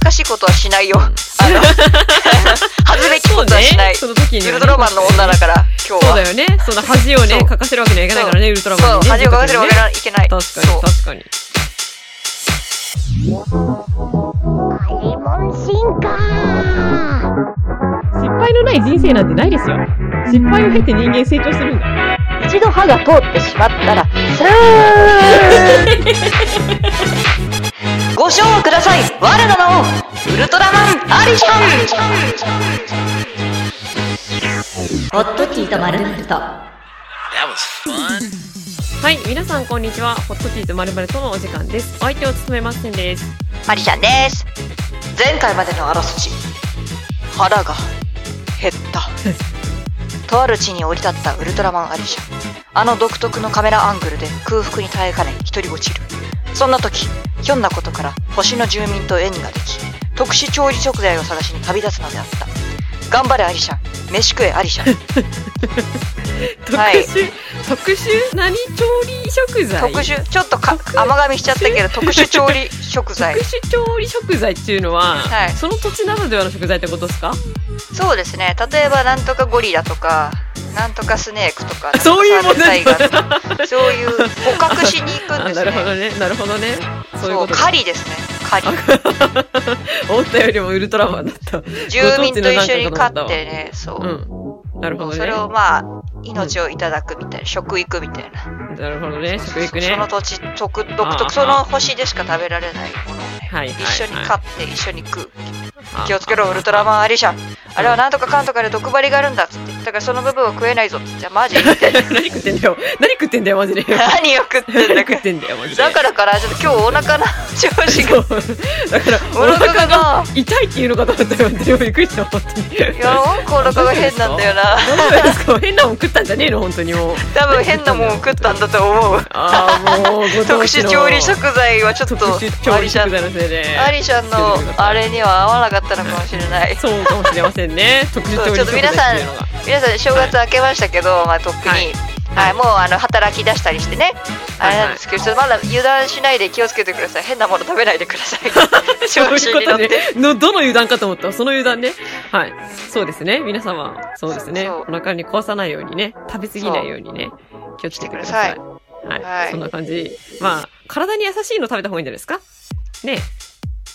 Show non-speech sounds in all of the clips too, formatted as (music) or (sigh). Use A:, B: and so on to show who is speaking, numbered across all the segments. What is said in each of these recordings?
A: かしいことはしない
B: (laughs)
A: よ。あの恥ずべきことはしない。
B: その時に、
A: ウルトラマンの女だから、今日
B: そう
A: は。
B: だよね。その恥をね
A: そう、
B: かかせるわけにはいかないからね、ウルトラマン
A: そう、
B: にね。
A: 恥をかかせるわけに
B: ね。
A: はいけない。
B: 確かに、
A: そう
B: 確かに。
C: リモン進化
B: 失敗のない人生なんてないですよ。失敗を経て人間成長するんだ。
A: 一度歯が通ってしまったら、スーご賞をください我の名をウルトラマンアリシ
C: ホットティーとまるまると
D: That was fun.
B: はい、皆さんこんにちは。ホットティーとまるまるとのお時間です。お相手を務めませんです。
A: ャンアリシャンです前回までのあらすじ腹が減った (laughs) とある地に降り立ったウルトラマンアリシャンあの独特のカメラアングルで空腹に耐えかね一人落ちるそんな時ひょんなことから星の住民と縁ができ特殊調理食材を探しに旅立つのであった頑張れアリシャン飯食えアリ (laughs) シャン
B: 特殊、
A: はい
B: 特殊何調理食材
A: 特殊ちょっとか
B: 特殊
A: 甘噛みしちゃったけ (laughs) ど特殊調理食材
B: 特殊調理食材っていうのは、
A: はい
B: その土地ならではの食材ってことですか
A: そうですね例えばなんとかゴリラとかなんとかスネークとか
B: そういうもの
A: なんとかサルタイガ
B: (laughs)
A: ーとかそういう捕獲しに行くん
B: あ
A: ですね
B: なるほどねなるほどねそういう
A: そ
B: こ
A: う
B: とか
A: 狩りですね狩り
B: 思ったよりもウルトラマンだった
A: 住民と一緒に狩
B: ご当地のなんかかと思
A: っ
B: った
A: てねそう、
B: うんなるほどね
A: それをまあ命をいただくみたいな、食育みたいな、
B: なるほどね食育
A: そ
B: ね
A: の土地独独
B: あー
A: 特その星でしか食べられないものをね
B: はいはいはい
A: 一緒に狩って一緒に食う
B: あ
A: 気をつけろウルトラマンアリシャあれはなんとかかんとかで毒針があるんだっつってだからその部分は食えないぞっつってマジ
B: (laughs) 何食ってんだよ何食ってんだよマ
A: (laughs)
B: ジで
A: 何を食ってんだ
B: 何
A: か
B: 食ってんだよマジで
A: だからからちょっと今日お腹の調子
B: (laughs)
A: が
B: そうだから
A: お腹が
B: 痛いっていうのかと思ったよでもびっくりした本当に
A: い
B: (laughs)
A: やなんかお腹が変なんだよな
B: どうですか変なもん食ったんじゃねえの本当にもう
A: 多分変なもん食ったんだと思う
B: ああもうご
A: 特
B: 当地
A: 殊
B: の
A: 調理食材はちょっ
B: 特
A: と
B: 殊調
A: ア
B: 理
A: リシャ
B: 食
A: ン
B: 材のせいで
A: アリシャンのあれには合わなかったのかもしれない
B: そうかもしれません
A: (laughs)
B: ね特殊調理食材っていうのが
A: 皆さん正月明けましたけど、まあ、とっくに、
B: は
A: はいいもうあの働き出したりしてね、
B: はいはい
A: あれなんですけどちょっとまだ油断しないで気をつけてください変なもの食べないでください調
B: (laughs) そ
A: 子
B: ういうこ
A: に乗
B: と
A: って
B: ね。の、どの油断かと思った。その油断ね。はい。そうですね。皆様、そうですね。
A: そう
B: お腹に壊さないようにね。食べ過ぎないようにね。気をつけてください。
A: して
B: はい。
A: はい
B: そんな感じ。まあ、体に優しいの食べた方がいいんじゃないですかね。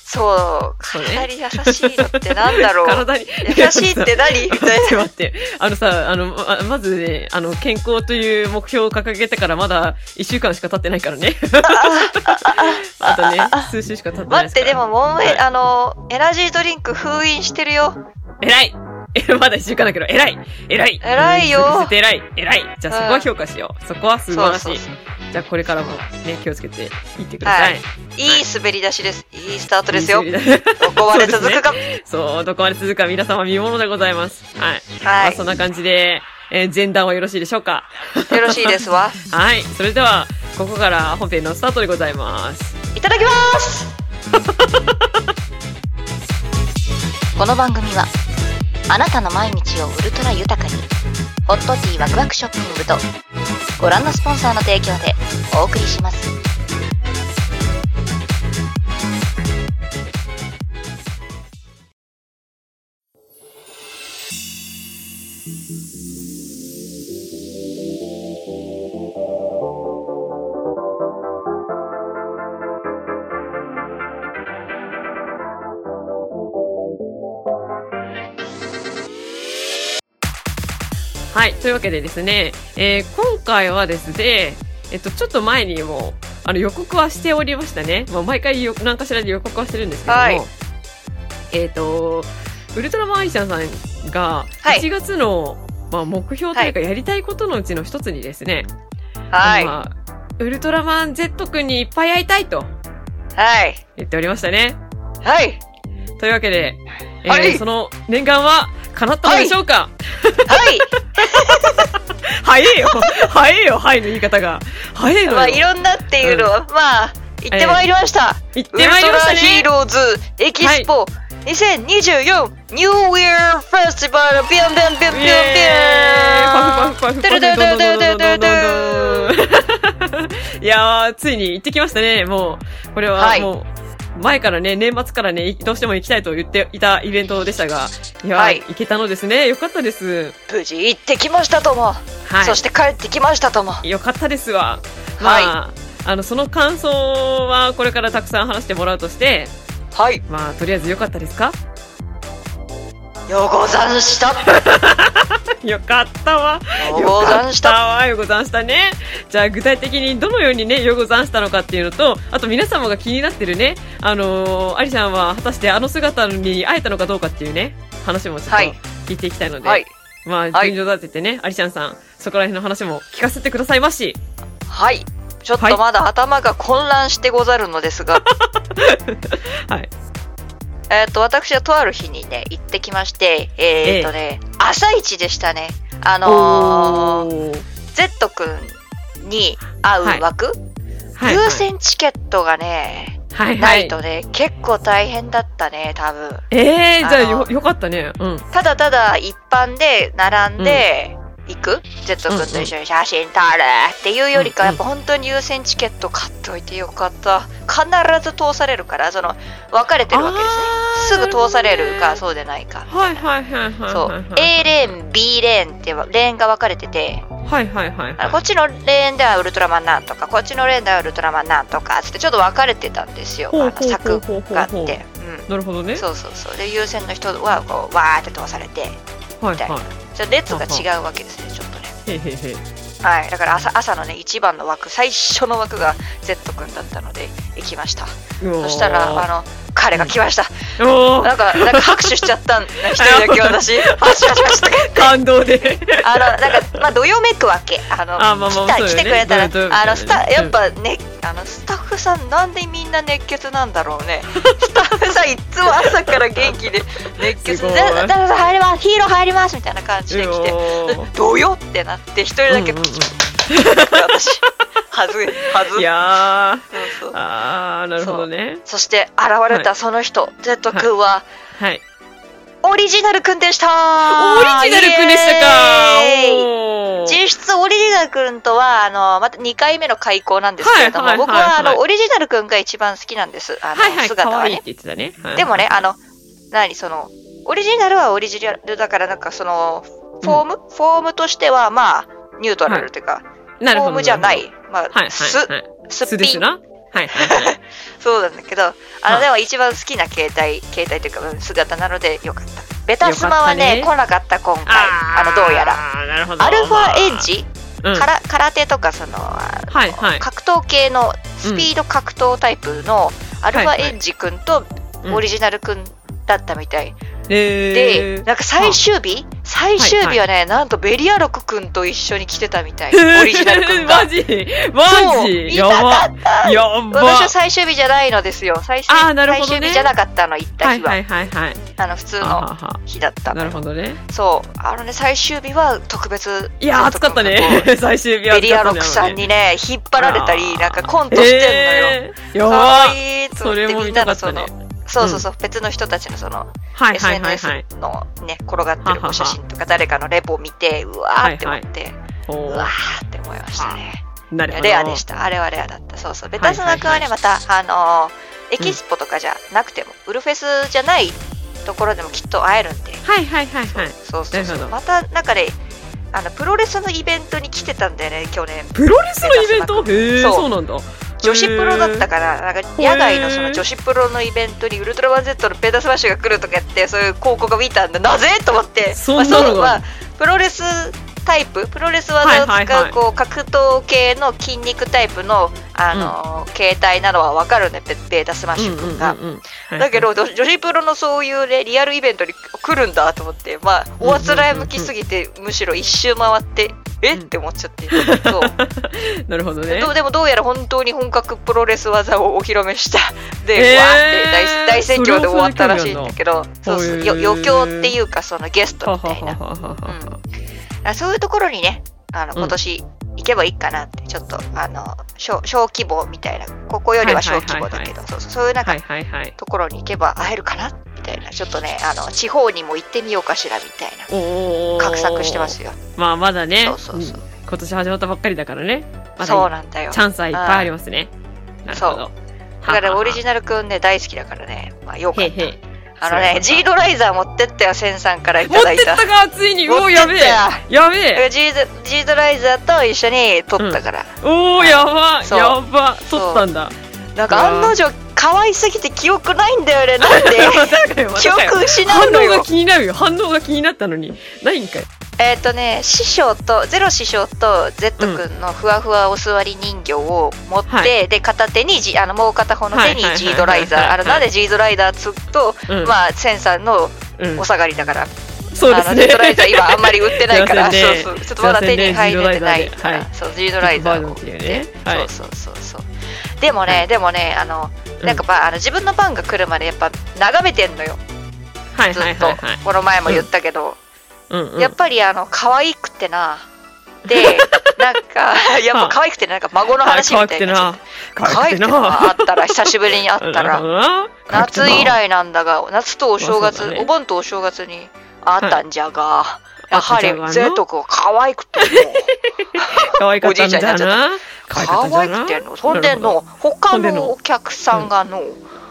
A: そう
B: そうね
A: 体に優しいのってなんだろう
B: (laughs) 体に。
A: 優しいって何みたい
B: 待って待って。あのさ、あの、ままずね、あの、健康という目標を掲げてからまだ1週間しか経ってないから
A: (laughs)
B: ね。あとね、数週しか経って
A: な
B: ない
A: 待
B: で
A: って
B: すか
A: でも
B: ら。
A: もう、
B: はい
A: あのエナジードリンク封印してるよ
B: 偉いえ、まだ一週間だけど、偉い偉い
A: 偉いよ
B: 続けて偉い偉いじゃあそこは評価しよう。そこは素晴らしい。
A: そうそう
B: じゃあこれからもね、気をつけていってください。
A: はいいい滑り出しですいいスタートですよ
B: いい滑りだ
A: ここまで続くか、
B: (laughs) そう、どこまで続くか皆様見ものでございます。はい。ま
A: は
B: あそんな感じで、えー前段はよろしいでしょうか。
A: いよろしいですわ
B: はい。それでは、ここから本編のスタートでございます。
A: いただき
B: (laughs)
A: ますこの番組はあなたの毎日をウルトラ豊かにホットティーワクワクショッピングとご覧のスポンサーの提供でお送りします
B: はい。というわけでですね、えー今回はですね、えっと、ちょっと前にも、あの、予告はしておりましたね。まあ、毎回よ何かしらで予告はしてるんですけども、
A: はい
B: えっ、と、ウルトラマンアイシャンさんが、
A: はい
B: 1月の、まあ、目標というか、やりたいことのうちの一つにですね、あのまあウルトラマン Z 君にいっぱい会いたいと
A: はい
B: 言っておりましたね。
A: はい
B: というわけで、えー
A: はい
B: その念願は叶ったのでしょうか、
A: はい
B: 早えよ早えよはいの言い方が。早 (laughs) えのよ。
A: まあいろんなっていうのは、まあ行ってまいりました、
B: 行っ
A: ウル
B: てまいり
A: ト
B: まし
A: ラ
B: た
A: ヒ
B: ね
A: ー。ローズエキスポ2024ニューウェアフェスティバルビュンビュンビュンビュンビ
B: イエーイパフパ
A: ュン
B: フパフパフ
A: ドゥルドゥルドゥルドゥルドゥルドゥル
B: ドゥルドゥルドゥルドゥルいやー、ついに行ってきましたね。もう、これ
A: は
B: はいもう、前からね、年末からね、いどうしても行きたいと言っていたイベントでしたが、いやー、
A: はい
B: 行けたのですね。よかったです。
A: 無事行ってきましたとも、
B: はい。
A: そして帰ってきましたとも
B: よかったですわ。まあ、あの、その感想はこれからたくさん話してもらうとして、
A: はい
B: まあ、とりあえずよかったですか
A: よござんした
B: よかったわ。
A: よござんし
B: よ
A: た
B: かわよござんしたね。じゃあ具体的にどのようにね、よござんしたのかっていうのと、あと皆様が気になってるね、あのー、アリさんは果たしてあの姿に会えたのかどうかっていうね、話もちょっと
A: はい
B: 聞いていきたいので、
A: はい
B: まあ
A: はい
B: 順序立ててね、アリシャンさん、そこら辺の話も聞かせてくださいまし。
A: はいちょっ
B: はい
A: とまだ頭が混乱してござるのです
B: (laughs)
A: が、
B: はい。
A: えっと私はとある日にね行ってきましてえっとね、朝一でしたねあのー、
B: おー
A: Z 君に会う枠、
B: はい
A: 優先チケットがね、
B: はいは
A: ないい。とね、結構大変だったね多分
B: えー、じゃ
A: あ
B: あ
A: の
B: よ、よかったね。うん。
A: ただただ一般で並んで行く、Z 君と一緒に写真撮るっていうよりか、
B: うん
A: や
B: うん
A: っぱ本当に優先チケット買っておいてよかった必ず通されるからその分かれてるわけですねすぐ通されるか
B: う。
A: そうでないか
B: はいはいはいはいはい
A: そう
B: はい。
A: A レーン B レーンってレーンが分かれてて
B: はいはいはい
A: あの
B: は
A: こっちのレーンではウルトラマンなんとかこっちのレーンではウルトラマンなんとかつってちょっと分かれてたんですよ
B: ほう
A: あ
B: ほ
A: の
B: うほう
A: 柵
B: ほうほう
A: があって、
B: ほう
A: うん、
B: い。なるほどね。
A: そうそうそうで優先の人はこうわーって通されて
B: はい
A: たいな
B: は
A: ちょっと列が違うわけですねちょっとね
B: い。へいへいへい。
A: はいだから朝朝のね一番の枠最初の枠が Z 君だったので行きましたそ
B: そ
A: したらあの彼が来ました、
B: おー
A: なんかなんか拍手しちゃったん一人だけ私拍手しました
B: 感
A: (laughs)
B: 動で。
A: あのなんかまあどよめくわけあの
B: あまあまあ
A: 来た
B: そうよね
A: 来てくれたら
B: どよどよめくよね
A: あのスタやっぱねあのスタッフさんなんでみんな熱血なんだろうねスタッフさんいつも朝から元気で熱血
B: す
A: で
B: ごい
A: 「だだだだ入りますヒーロー入ります」みたいな感じで来て
B: お
A: 「
B: ー
A: どよ」ってなって一人だけ
B: うん
A: ピ
B: うんうん
A: キッ私はずいはず
B: い
A: い
B: やー、
A: そうそう
B: あー、なるほどね。
A: そして現れたその人、Z 君は、
B: はい。
A: オリジナル君でした
B: オリジナルくんでしたか
A: イエーイ
B: おー
A: 実質オリジナル君とはあのまた2回目の開講なんですけれども、
B: はいはいはいはい
A: 僕はあのオリジナル君が一番好きなんですあの、
B: はいはい、
A: 姿
B: 可
A: は
B: 愛いっ
A: ね
B: て言ってたね。はい
A: でもねあの何そのオリジナルはオリジナルだからなんかそのフォーム、フォームとしてはまあニュートラルというか、
B: なる
A: フォ
B: ほ
A: ー
B: ど
A: ムじゃな。い
B: る
A: まあ、
B: ほどはい
A: す
B: はいはい。
A: すっ
B: 素で
A: ぴ
B: す
A: ん
B: な。はいはいはい。
A: そうなんだけどあの、
B: はい
A: でも一番好きな携帯携帯というかうん姿なのでよかったベタスマはね
B: よ
A: 来
B: か
A: なかった今回あのどうやら
B: ら。なるほど。
A: アルファエッジ、
B: うん
A: から空手とかその
B: はいはい。
A: 格闘系のスピード格闘タイプのアルファエンジ君とオリジナル君だったみたい、
B: え
A: でなんか最終日最終日はね、なんとベリアロク君と一緒に来てたみたい (laughs) オリジナル君が
B: (laughs) マジ
A: そ
B: マ
A: う
B: ジ
A: い
B: や
A: たか
B: ば
A: った
B: や
A: 私は
B: ば
A: 最終日じゃないのですよ最終
B: あーなるほどね
A: 最終日じゃなかったの行った
B: は
A: 日
B: い
A: は、
B: はいはいはい。
A: あの普通
B: あは
A: の
B: は
A: 日だった
B: なるほどね。
A: そうあのね最終日は特別
B: いやー、暑かったね。最終日は
A: ベ
B: 暑
A: リ
B: か
A: ア
B: ったね。
A: ロクさんにね引っ張られたり
B: あー
A: なんかコントしてんのよ、
B: えー、や
A: か
B: ば
A: わ
B: ー
A: いいと
B: そ
A: 思っ
B: れ
A: て
B: も
A: み
B: 見
A: んな
B: たか
A: の
B: っ
A: そ
B: た
A: の
B: ね。
A: そうそうそう、別の人たちのその、
B: はいはいはい
A: SNS
B: はい。
A: のね転がってるお写真とか誰かのレポを見てうわーって思って、
B: ほ
A: う
B: う
A: わーって思いましたね
B: なるほど。
A: レアでしたあれはレアだったそうそうベタスナ君はね
B: はい
A: またあのーエキスポとかじゃなくても、ウルフェスじゃないところでもきっと会えるんで、
B: はいはいはいはい。
A: そうそうそ
B: なる
A: う
B: ほど
A: またなんかねあのプロレスのイベントに来てたんだよね去年
B: プロレスのイベントへえ、
A: そう
B: そうなんだ。
A: 女子プロだったからなんか野外のその女子プロのイベントにウルトラマン Z のペータースマッシュが来るとかやってそういう広告が見たんだなぜと思って
B: そんな
A: まあそ
B: のが
A: うまあプロレスタイププロレス技を
B: はいはい
A: 使
B: は
A: う
B: い
A: こう格闘系の筋肉タイプの、あのー携帯なのは分かるねペペータースマッシュ君が。
B: うんうんうんうんはい
A: だけどど女子プロのそういう、ね、リアルイベントに来るんだと思って、まあ、おあつらえ向きすぎてむしろ一周回ってえっって思っちゃってそう
B: なるほどね。
A: どうでもどうやら本当に本格プロレス技をお披露目した (laughs) で、
B: えー
A: わーって大大盛況で終わったらしいんだけどそ
B: そ
A: う
B: れ
A: そう
B: そ
A: よ
B: ういう距離なんだへー
A: 余興っていうかそのゲストみたいな
B: ははははは
A: あそういうところにねあの
B: うん
A: 今年行けばいいかなってちょっとあの小小規模みたいなここよりは小規模だけどそうそうそういうなんか
B: はいはいはい。
A: ところに行けば会えるかなみたいなちょっとねあの地方にも行ってみようかしらみたいな
B: おー
A: 画策してますよ
B: まあまだね
A: そうそうそう
B: うん今年始まったばっかりだからねま
A: そう
B: だ
A: なんだよ
B: チャンスはいっぱいありますね。なるほど。
A: だからオリジ
B: ナ
A: ナルくんね大好きだからねまあよか
B: へ
A: っ
B: いへい。
A: たあのね
B: そ
A: G ドライザー持ってったよセンさんからい
B: 持
A: た
B: っ
A: だい
B: てったたかついに
A: 持
B: も
A: っ
B: う
A: てった
B: やべえやべえ
A: G, ド G ドライザーと一緒に撮ったから、
B: おおやば
A: そう
B: やば
A: そう
B: 取ったんだ。
A: なんか案の定可愛すぎて記憶ないんだよねなんで
B: (laughs) だからま
A: 記
B: だから
A: 憶失
B: 反
A: う
B: 応
A: の
B: が
A: よ
B: 気になるよ反応が気になったのにないんかい。
A: えっ、とね師匠とゼロ師匠と Z 君のふわふわお座り人形を持って、
B: は
A: で片手に、G、あのもう片方の手に
B: はいはいはいはい
A: G ドライザーあるなんで G ドライザーつくと、
B: うん
A: まあセンさんの
B: うん
A: お下がりだから、
B: そうで
A: あ
B: す
A: の G
B: ね。
A: ドライザー今あんまり売ってないから、
B: すいませんね
A: そうそうちょっとまだ手に入れてないから、そう G ドライザ
B: (laughs) バ
A: ー
B: ージョン
A: を
B: っていうね。は
A: そ。
B: いう
A: そうそうそうでもね、でもねあの
B: うん
A: なんかまああの自分の番が来るまでやっぱ眺めてんのよ
B: はい
A: ず
B: はい
A: っと、
B: はいはい。
A: この前も言ったけど、
B: うんうん。
A: やっぱりあの可愛くて
B: (laughs)
A: なでなんかやっぱ可愛くてなんか孫の話みたいになっちゃって可
B: 可愛
A: 愛く
B: くて
A: て
B: な。
A: なあったら久しぶりに会った
B: (laughs)
A: ら
B: ら
A: 夏以来なんだが夏とお正
B: まあそ
A: 月、
B: うだね
A: お盆とお正月に会ったんじゃが、や
B: あった
A: は
B: んじゃが
A: り
B: の
A: ゼト君は可愛くて
B: (laughs)
A: の
B: 可愛かったんじ
A: おじい
B: ゃ
A: ちゃんに
B: な。
A: 可愛くてのそんでの他
B: ほんで
A: の
B: の
A: お客さんがの、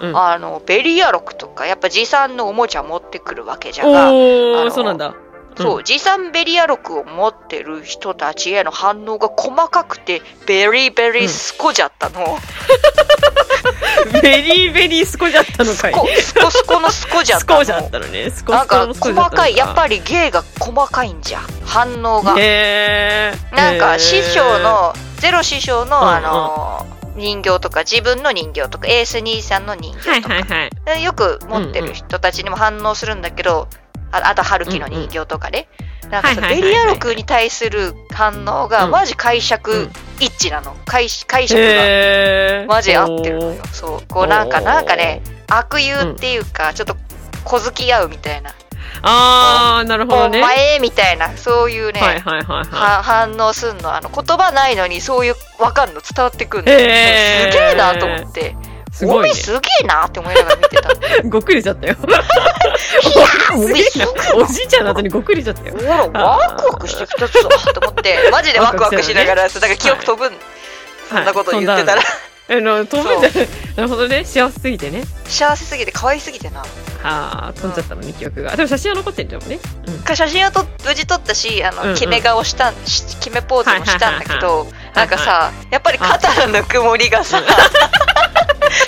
B: うん
A: あのベリヤロクとかやっぱ持参のおもちゃ持ってくるわけじゃが、あ
B: お
A: の
B: おそうなんだ。
A: そう持参ベリヤロクを持ってる人たちへの反応が細かくてベリーベリースコじゃったの、
B: ベリーベリースコじゃったの
A: ス
B: かい。
A: コスコスコのスコじゃっ
B: ス
A: た
B: コ
A: の
B: じゃったのね。スコ
A: なん
B: スコ
A: か
B: のスコ
A: 細
B: じゃったの
A: かいやっ
B: り
A: ぱり芸が細かいんじゃ反応が、
B: へー
A: なん
B: へ
A: か
B: ー
A: 師匠のゼロ師匠の、
B: うんうん
A: あの人形とか自分の人形とかエース兄さんの人形とか、
B: はいはいはい。
A: でよく持ってる人たちにも反応するんだけど、ああと春樹の人形とかね、なんかその
B: はいは
A: ベ
B: いはいはい
A: リアロクに対する反応が
B: うん
A: マジ解
B: う
A: 釈
B: ん
A: 一致なの解し解釈が
B: へー
A: マジ合ってるのよ。そうこうなんか
B: おー
A: なんかね悪友っていうか、ちょっと小突き合うみたいな
B: あーなる
A: 「
B: ほど
A: お
B: ね。
A: 前」みたいなそういうね、
B: はいはいはいは
A: は反応すんのあの言葉ないのにそういうわかんの伝わってくるの、
B: へー
A: すげえなと思って
B: い。す
A: お
B: ごい
A: め
B: ね
A: え。すげえなって思いながら見てた
B: ごっくりちゃったよ。 (laughs)
A: おめえすげえな
B: おじいちゃんの後にごっくりちゃったよ。
A: ほらワクワクしてきたぞと思ってマジでワクワクしながらそうだから記憶飛ぶん、そんなこと言ってたら、
B: あの飛ぶんじゃない。 (laughs) なるほどね。幸せすぎてね。
A: (laughs) 幸せすぎて可愛すぎてな
B: ああ飛んじゃったのね記憶が。でも写真は残ってるんだもんね。うん
A: 写真をと無事撮ったしあの、
B: うんうん
A: 決め顔したんし決めポーズもしたんだけど、なんかさ、やっぱり肩のぬくもりがさ (laughs)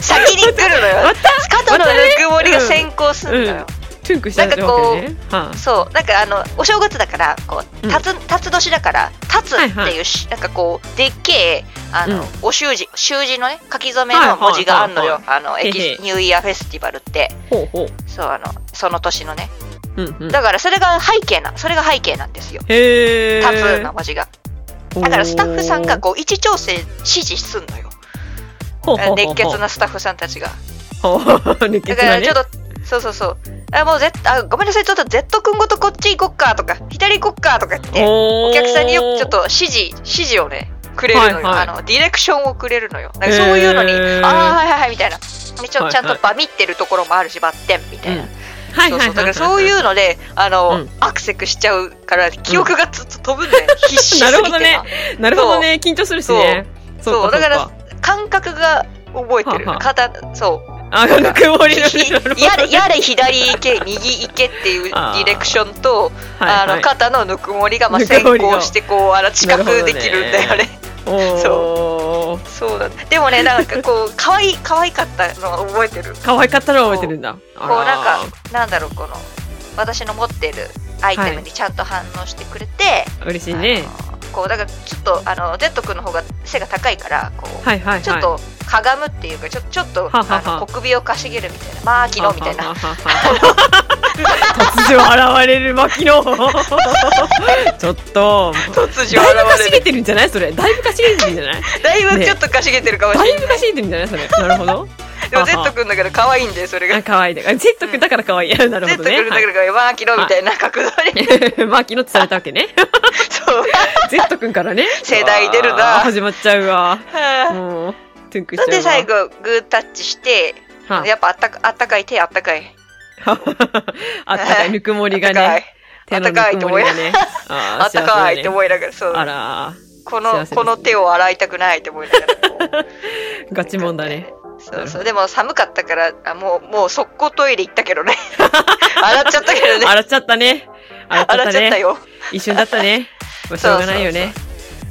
A: 先に来るのよ、
B: (laughs) ま
A: 肩のぬくもりが先行すんのよ、
B: うんトゥンクした
A: なんかこう
B: わけね。は
A: そうなんかあのお正月だからこう
B: うん
A: 立つ、立つ年だから立つって
B: はい
A: いうし、なんかこうでっけえあの、
B: うん
A: お習字習字のね書き初めの文字があんのよ、
B: はい
A: あのエキ
B: へ
A: ス
B: へ
A: ニューイヤーフェスティバルって
B: あほうほう。
A: そうあのその年のね
B: うんうん。
A: だからそれが背景なそれが背景なんですよ
B: へえ。
A: 立つの文字がだからスタッフさんがこう位置調整指示すんのよ
B: ほうほうほうほう
A: 熱血。なスタッフさんたちが
B: ほうほうほう熱
A: だ
B: 血
A: か
B: な
A: らち
B: ね
A: ょっ。とそうそうそうあもう Z あごめんなさいちょっと Z 君ごとこっち行こっかとか左行こっかとか言って
B: お
A: お客さんによく
B: く
A: ちょっと指示指示をねくれるのよ、
B: はいはい
A: あのディレクションをくれるのよなんかそういうのに、
B: へー
A: ああはいはいはいみたいなでちょ
B: はいはい
A: ちゃんとバミってるところもあるしバッテンみたいな、
B: うんはい
A: そうそう
B: はいは
A: だ
B: い
A: か
B: は
A: ら
B: い。
A: そういうのであの、
B: うん
A: アクセクしちゃうから記憶がずっと飛ぶんだよ、必死すぎて
B: (laughs) なるほどねなるほどね緊張するしね。
A: そう
B: か
A: だから
B: そう
A: 感覚が覚えてる
B: はは
A: 肩
B: (laughs)
A: そう
B: あぬくもりの
A: ひやれやれ左行
B: (laughs)
A: け右行けっていうディレクションとあの肩のぬくもりがまあ
B: ぬく
A: 先
B: もりが
A: 行してこうあの近くできるんだよ
B: なるほど
A: ね
B: そう
A: そうだねでもねなんか
B: (laughs)
A: こう可愛い可愛かったのは覚えてる
B: 可愛かったのを覚えてるんだこ
A: こうなんかなんだろうこの私の持ってるアイテムにちゃんと反応してくれて、
B: 嬉しいね
A: あのこうだからちょっとあの Z 君の方が背が高いからこう、
B: はいはいはい
A: ちょっとかがむっていうかちょちょっと
B: ははは
A: あの小首をかしげるみたいなまあ昨日みたいな
B: (laughs) はははは突如現れる牧 (laughs) 野ちょっと
A: 突如
B: だいぶか
A: 現れ
B: しげ
A: る
B: てるんじゃないそれだいぶかしげてるんじ
A: (laughs)
B: ゃない
A: だいぶ
B: ね
A: ちょっとかしげてるかもし
B: だ
A: れ
B: いぶかしげてるんじゃないそれなる
A: (laughs)
B: ほど
A: ないでも Z 君だから可愛いんでそれが
B: あ可愛いだからジェット君だから可愛い (laughs) なる
A: Z
B: ほどね
A: 君だから可愛いまあ昨日みたいな角度で
B: はい牧野ってされたわ
A: (laughs)
B: けね
A: そう
B: ジェット君からね
A: 世代出るな
B: うわー始まっちゃうわもうトゥンクしち
A: な
B: ゃうんわ
A: で最後グータッチして
B: は
A: やっぱあったかあったかい手あったかい
B: (laughs) あったかいぬくもりが
A: あったかい
B: ね。手のぬくもりがね。あ
A: あったかいって
B: い
A: 思いながらそう
B: あらー。
A: こ
B: 幸せ
A: の、
B: ですね
A: この手を洗いたくないって思いながらこう。
B: ガチもんだね。
A: そうそう。でも寒かったから、あもう、もう速攻トイレ行ったけどね。洗っちゃったけどね。
B: 洗っちゃったね。洗っちゃ
A: 洗
B: っ
A: っちゃったた
B: ね。
A: よ。
B: 一瞬だった
A: (laughs)
B: ね。まあ、しょうがないよね。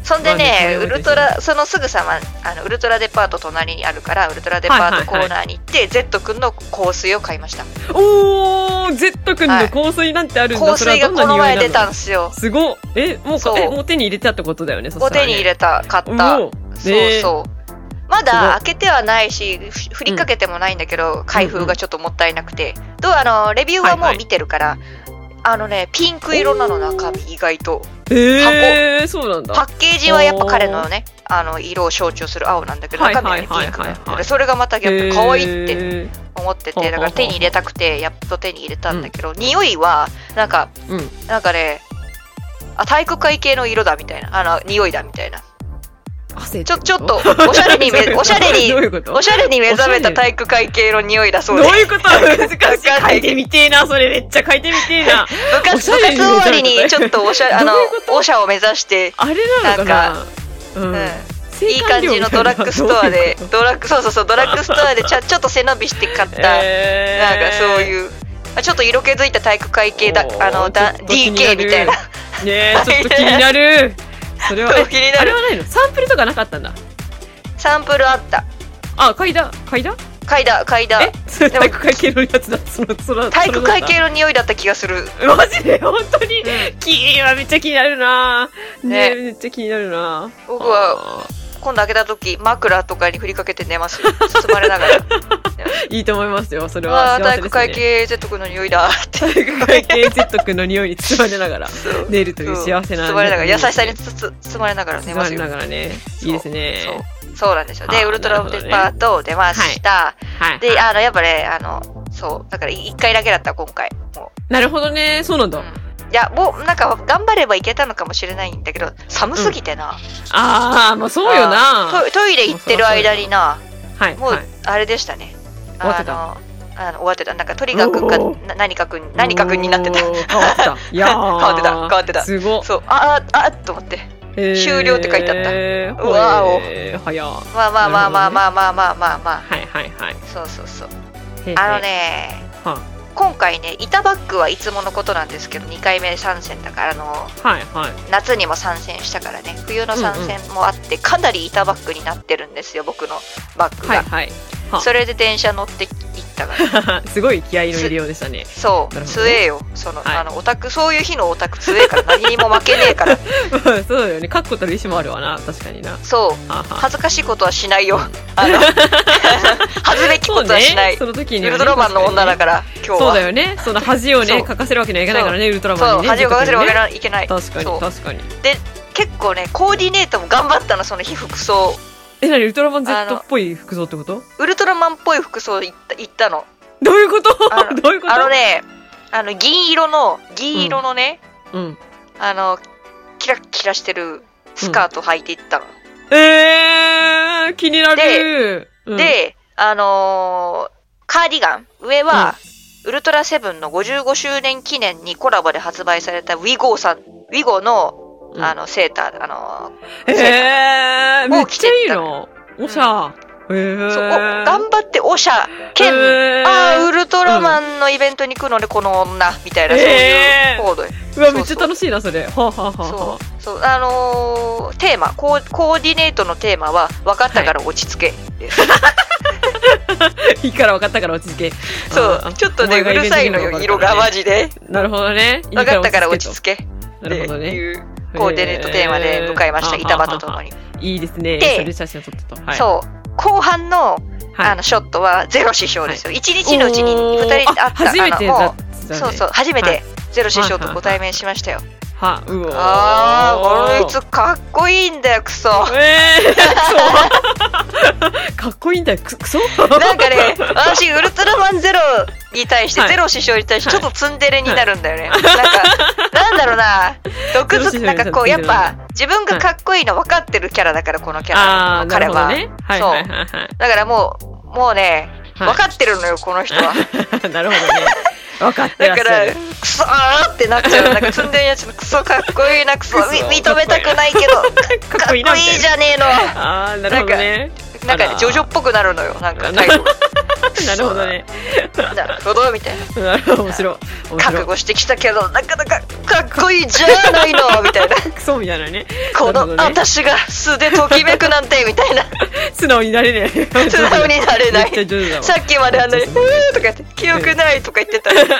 A: そんでね、ウ
B: まあね
A: ルトラ、そのすぐさま、あの、ウルトラデパート隣にあるから、ウルトラデパートコーナーに行って、ゼット君の香水を買いました。
B: おー、Z 君の香水なんてあるんだ。
A: 香
B: それ
A: 水
B: は
A: が
B: どん
A: こ
B: な
A: の
B: 匂
A: 前
B: いな
A: 出たん
B: の
A: すよ。
B: すごっえ、もうか
A: そう
B: え、もう手に入れてあってことだよね、そした
A: お
B: ら、ね。
A: 手に入れた、買った。
B: もう、
A: そうそう。まだ
B: す
A: 開けてはないし、ふ振りかけてもないんだけど、開封がちょっともったいなくて。どうあの、レビューはもう見てるから、あのね、ピンク色なの中身、意外と。
B: えー、そうなんだ。
A: パッケージはやっぱ彼のね、あの、色を象徴する青なんだけど、
B: はい
A: 中身は
B: は
A: ね
B: い
A: ピ
B: はい
A: ンク
B: は
A: ないんだ
B: は
A: よ
B: い。
A: それがまたやっぱ可愛いって
B: え
A: 思って
B: ほう
A: て、
B: ほう
A: だ
B: ほ
A: か
B: う
A: ら手に入れたくて、やっと手に入れたんだけど、匂いは、なんか、
B: ー。うん。
A: なんかね、あ、体育会系の色だみたいな、あの、匂いだみたいな。
B: 汗
A: ちょ、ちょっ
B: (laughs)
A: と、おしゃれに
B: どういう
A: め、お
B: こと
A: しゃれに
B: どういうこと
A: おしゃれに目覚めた
B: おしゃれ
A: 体育会系の匂いだ
B: ど
A: そううです。
B: いう
A: (laughs)
B: こと難しい。
A: わかんな
B: 書
A: い
B: いてみてえな、それめっちゃ書いてみて
A: (laughs)
B: えな。
A: 部
B: お
A: 活
B: しゃ
A: 部
B: れに
A: 活
B: 目
A: 終わ
B: 覚
A: り
B: めた
A: にちょっとおしゃあの
B: どういうこと
A: おしゃを目指して、
B: あれなのかなう
A: うん
B: ん。
A: いい感じのドラッグストアでドラッグそうそうそうドラッグストアで
B: (laughs)
A: ちゃちょっと背伸びして買った、
B: え
A: なんかそう
B: う
A: いうあちょっと色気づいた体育会系だ
B: おー
A: あのだ
B: ちょっと気
A: DK
B: になる
A: みたいな
B: ねえちょっと気にな
A: (laughs)
B: るそれはえ
A: 気になる
B: あれはないのサンプルとかなかったんだ
A: サンプルあった
B: あ嗅いだ嗅いだ
A: 嗅いだ嗅いだ
B: えそれ
A: でも
B: 体育会系のやつだそのその
A: 体育会
B: そ
A: 系の匂いだった気がする
B: れなんだマジで本当に
A: ん
B: キーはめっちゃ気になるなね
A: ね
B: えめっちゃ気になるな
A: 僕は
B: あ
A: 今度開けた時枕とかに振りかけて寝ますよ包まれながら
B: (laughs) ーいいと思いますよそれ
A: あ
B: は
A: あ
B: 幸
A: 体
B: せで
A: 育
B: すね
A: 会系 Z 君の匂いだって
B: 体育会系 Z 君の匂いに包まれ
A: (laughs)
B: ながら寝るという幸せな
A: 包まれながら優しさにつつ包まれながら寝
B: 包
A: ま
B: ますれ
A: よ
B: ながらねいいですね
A: そうそうなんですよ。で、
B: あー
A: ウルトラオブデパートを出ました。
B: はい
A: で、あの、やっぱね、あの、そう、だから1回だけだった、今回。も
B: なるほどねそうなん
A: う
B: だ
A: うんいや、もう、なんか、頑張ればいけたのかもしれないんだけど、寒すぎてな。
B: ああまあそうよ
A: あ
B: な
A: ートイトイレ行ってる間にな、
B: はい
A: もう
B: はい、
A: あれでしたね。
B: 終わってた
A: あの、あの終わってた。なんか、トリガー君が
B: お
A: な何か君、何か君になってた。
B: おー変わ
A: (laughs)
B: った。いやー
A: 変わってた変わってた
B: すごっ。
A: そう、ああ、あと思って。終了って書いてあった
B: った
A: うわお
B: えー、早は
A: まあまあまあまあまあまあまあまあまあ。
B: いはいはい。
A: そうそうそう。
B: へー
A: あの。ね、
B: は
A: 今回ね板バッグはいつものことなんですけど2回目参戦だからあの
B: はいはい。
A: 夏にも参戦したからね冬の参戦もあって、かなり板バッグになってるんですよ僕のバッグが、
B: はいはい。は
A: それで電車乗って行ったから
B: すごい (laughs) 気合いの入れようでしたね。 (laughs)
A: そう、
B: なるほど
A: 強
B: ね
A: えよその、
B: はい
A: あのオタクそういう日のオタク強えから何にも負けねえから
B: そうだよね。確固たる意思もあるわな。確かにな。は
A: そう
B: あはあ。
A: 恥ずかしいことはしないよあ
B: (laughs)
A: の恥ずべきことはしない、
B: そうね、その時に
A: ウ
B: はね
A: ルトラマンの女だから今日
B: そうだ
A: は
B: よね。その恥を
A: そう
B: ね、かかせるわけにはいかないからね、ウルトラマン
A: そ
B: に
A: う
B: ね。
A: 恥をかかせるわけに
B: 自
A: はいけない
B: 己的にね確か
A: そう
B: に確かに。
A: 結構ねコーディネートも頑張ったのその日服装
B: え、なにウルトラマン
A: あ
B: Z
A: の
B: っぽい服装ってこと
A: ウルトラマンっぽい服装いった行ったの
B: どういうこと
A: あの
B: (laughs) どういうこと
A: あのねあの銀色の銀色のね、
B: うん。
A: あのキラッキラしてるスカート履いていったの、
B: えー、気になる。うん、
A: であのーカーディガン上は、ウルトラセブンの55周年記念にコラボで発売されたウィゴーさんウィゴーの
B: うん
A: あのセーター、あのー
B: えー、め
A: も
B: っ
A: う着
B: ち
A: て
B: ゃ
A: っ
B: いい
A: た
B: の。おしゃ。えー、
A: そうお頑張っておしゃ兼、
B: えー
A: あーウルトラマンのイベントに来るのねこの女みたいな、
B: え
A: そ
B: ー
A: ういうコードに
B: うわ、
A: そう
B: めっちゃ楽しいな、それ。はあ、はあはあは
A: そうそうあのーテーマコーコーディネートのテーマは分かったから落ち着け、です
B: あ、いいから分かったから落ち着け。
A: そ
B: あ
A: うちょっとね
B: お
A: う
B: 前が
A: るさいの
B: イ
A: よ
B: ベントに
A: 色
B: も分かる
A: が
B: からね
A: マジで
B: なるほどね。いい
A: 分かったから落ち
B: 着
A: 着けって
B: けと。なるほどね。
A: いうコーディネートテーマで向かいました、
B: えー
A: 板場とともに、
B: いいですね。
A: で
B: それで写真を撮ったと。はい。
A: そう後半の,、
B: はい、
A: あのショットはゼロ指標ですよ、一日のうちに
B: お
A: 2
B: ー
A: 人会った
B: あ初めて
A: あの
B: だっ
A: も
B: た、
A: う
B: ね。
A: そうそう。初め
B: は
A: て
B: い
A: ゼロ指標とご対面しましたよ、
B: は、うおー
A: ああこの人かっこいいんだよク
B: (laughs)
A: ソ
B: ええー、そう。 (laughs) かっこいいんだよ。く、くそ
A: なんかね、私、ウルトラマンゼロに対して、
B: はい
A: ゼロ師匠に対して、ち
B: は
A: ょ
B: い
A: っとツンデレになるんだよね。なんか、なんだろうな、毒
B: ゼロ師
A: づ
B: 匠
A: なんかこう、
B: に
A: やっ
B: 対して
A: ぱ、自分がかっこいいの分かってるキャラだから、このキャ
B: あ
A: ラ
B: あ、
A: の、
B: な
A: 彼
B: るほど
A: は。
B: ね。はい
A: そう
B: はいはいはい。
A: だからもう、もうね、
B: は
A: 分
B: い (laughs)
A: かってるのよ、この人は。
B: なるほどね。分かって
A: だ
B: らっし
A: か
B: ゃ
A: ら
B: る。
A: クソーってなっちゃうなんか積んでるやつのクソかっこいいなクソ
B: クソ
A: み認めたくないけど
B: (laughs) か
A: かっこいいじゃねえの
B: ああーなるほどね。
A: なん
B: あ
A: からジョジョっぽくなるのよなんか
B: な
A: 態度
B: るほ (laughs) なるほどね。
A: がなるほどみたいな
B: なるほど面白い。面
A: 覚
B: 白い。
A: 悟してきたけどなかなかかっこいいじゃないのみたいな
B: クソみたい (laughs) なね。
A: こ
B: な
A: の
B: るほどね
A: 私が素でときめくなんてみたい
B: (laughs)
A: な
B: 素直になれねえ。
A: 素直になれない
B: めっちゃ上手だわ。
A: さっきまであんなに「う
B: そ
A: ー
B: うそう」
A: とか言って「記憶ない」とか言ってたのにか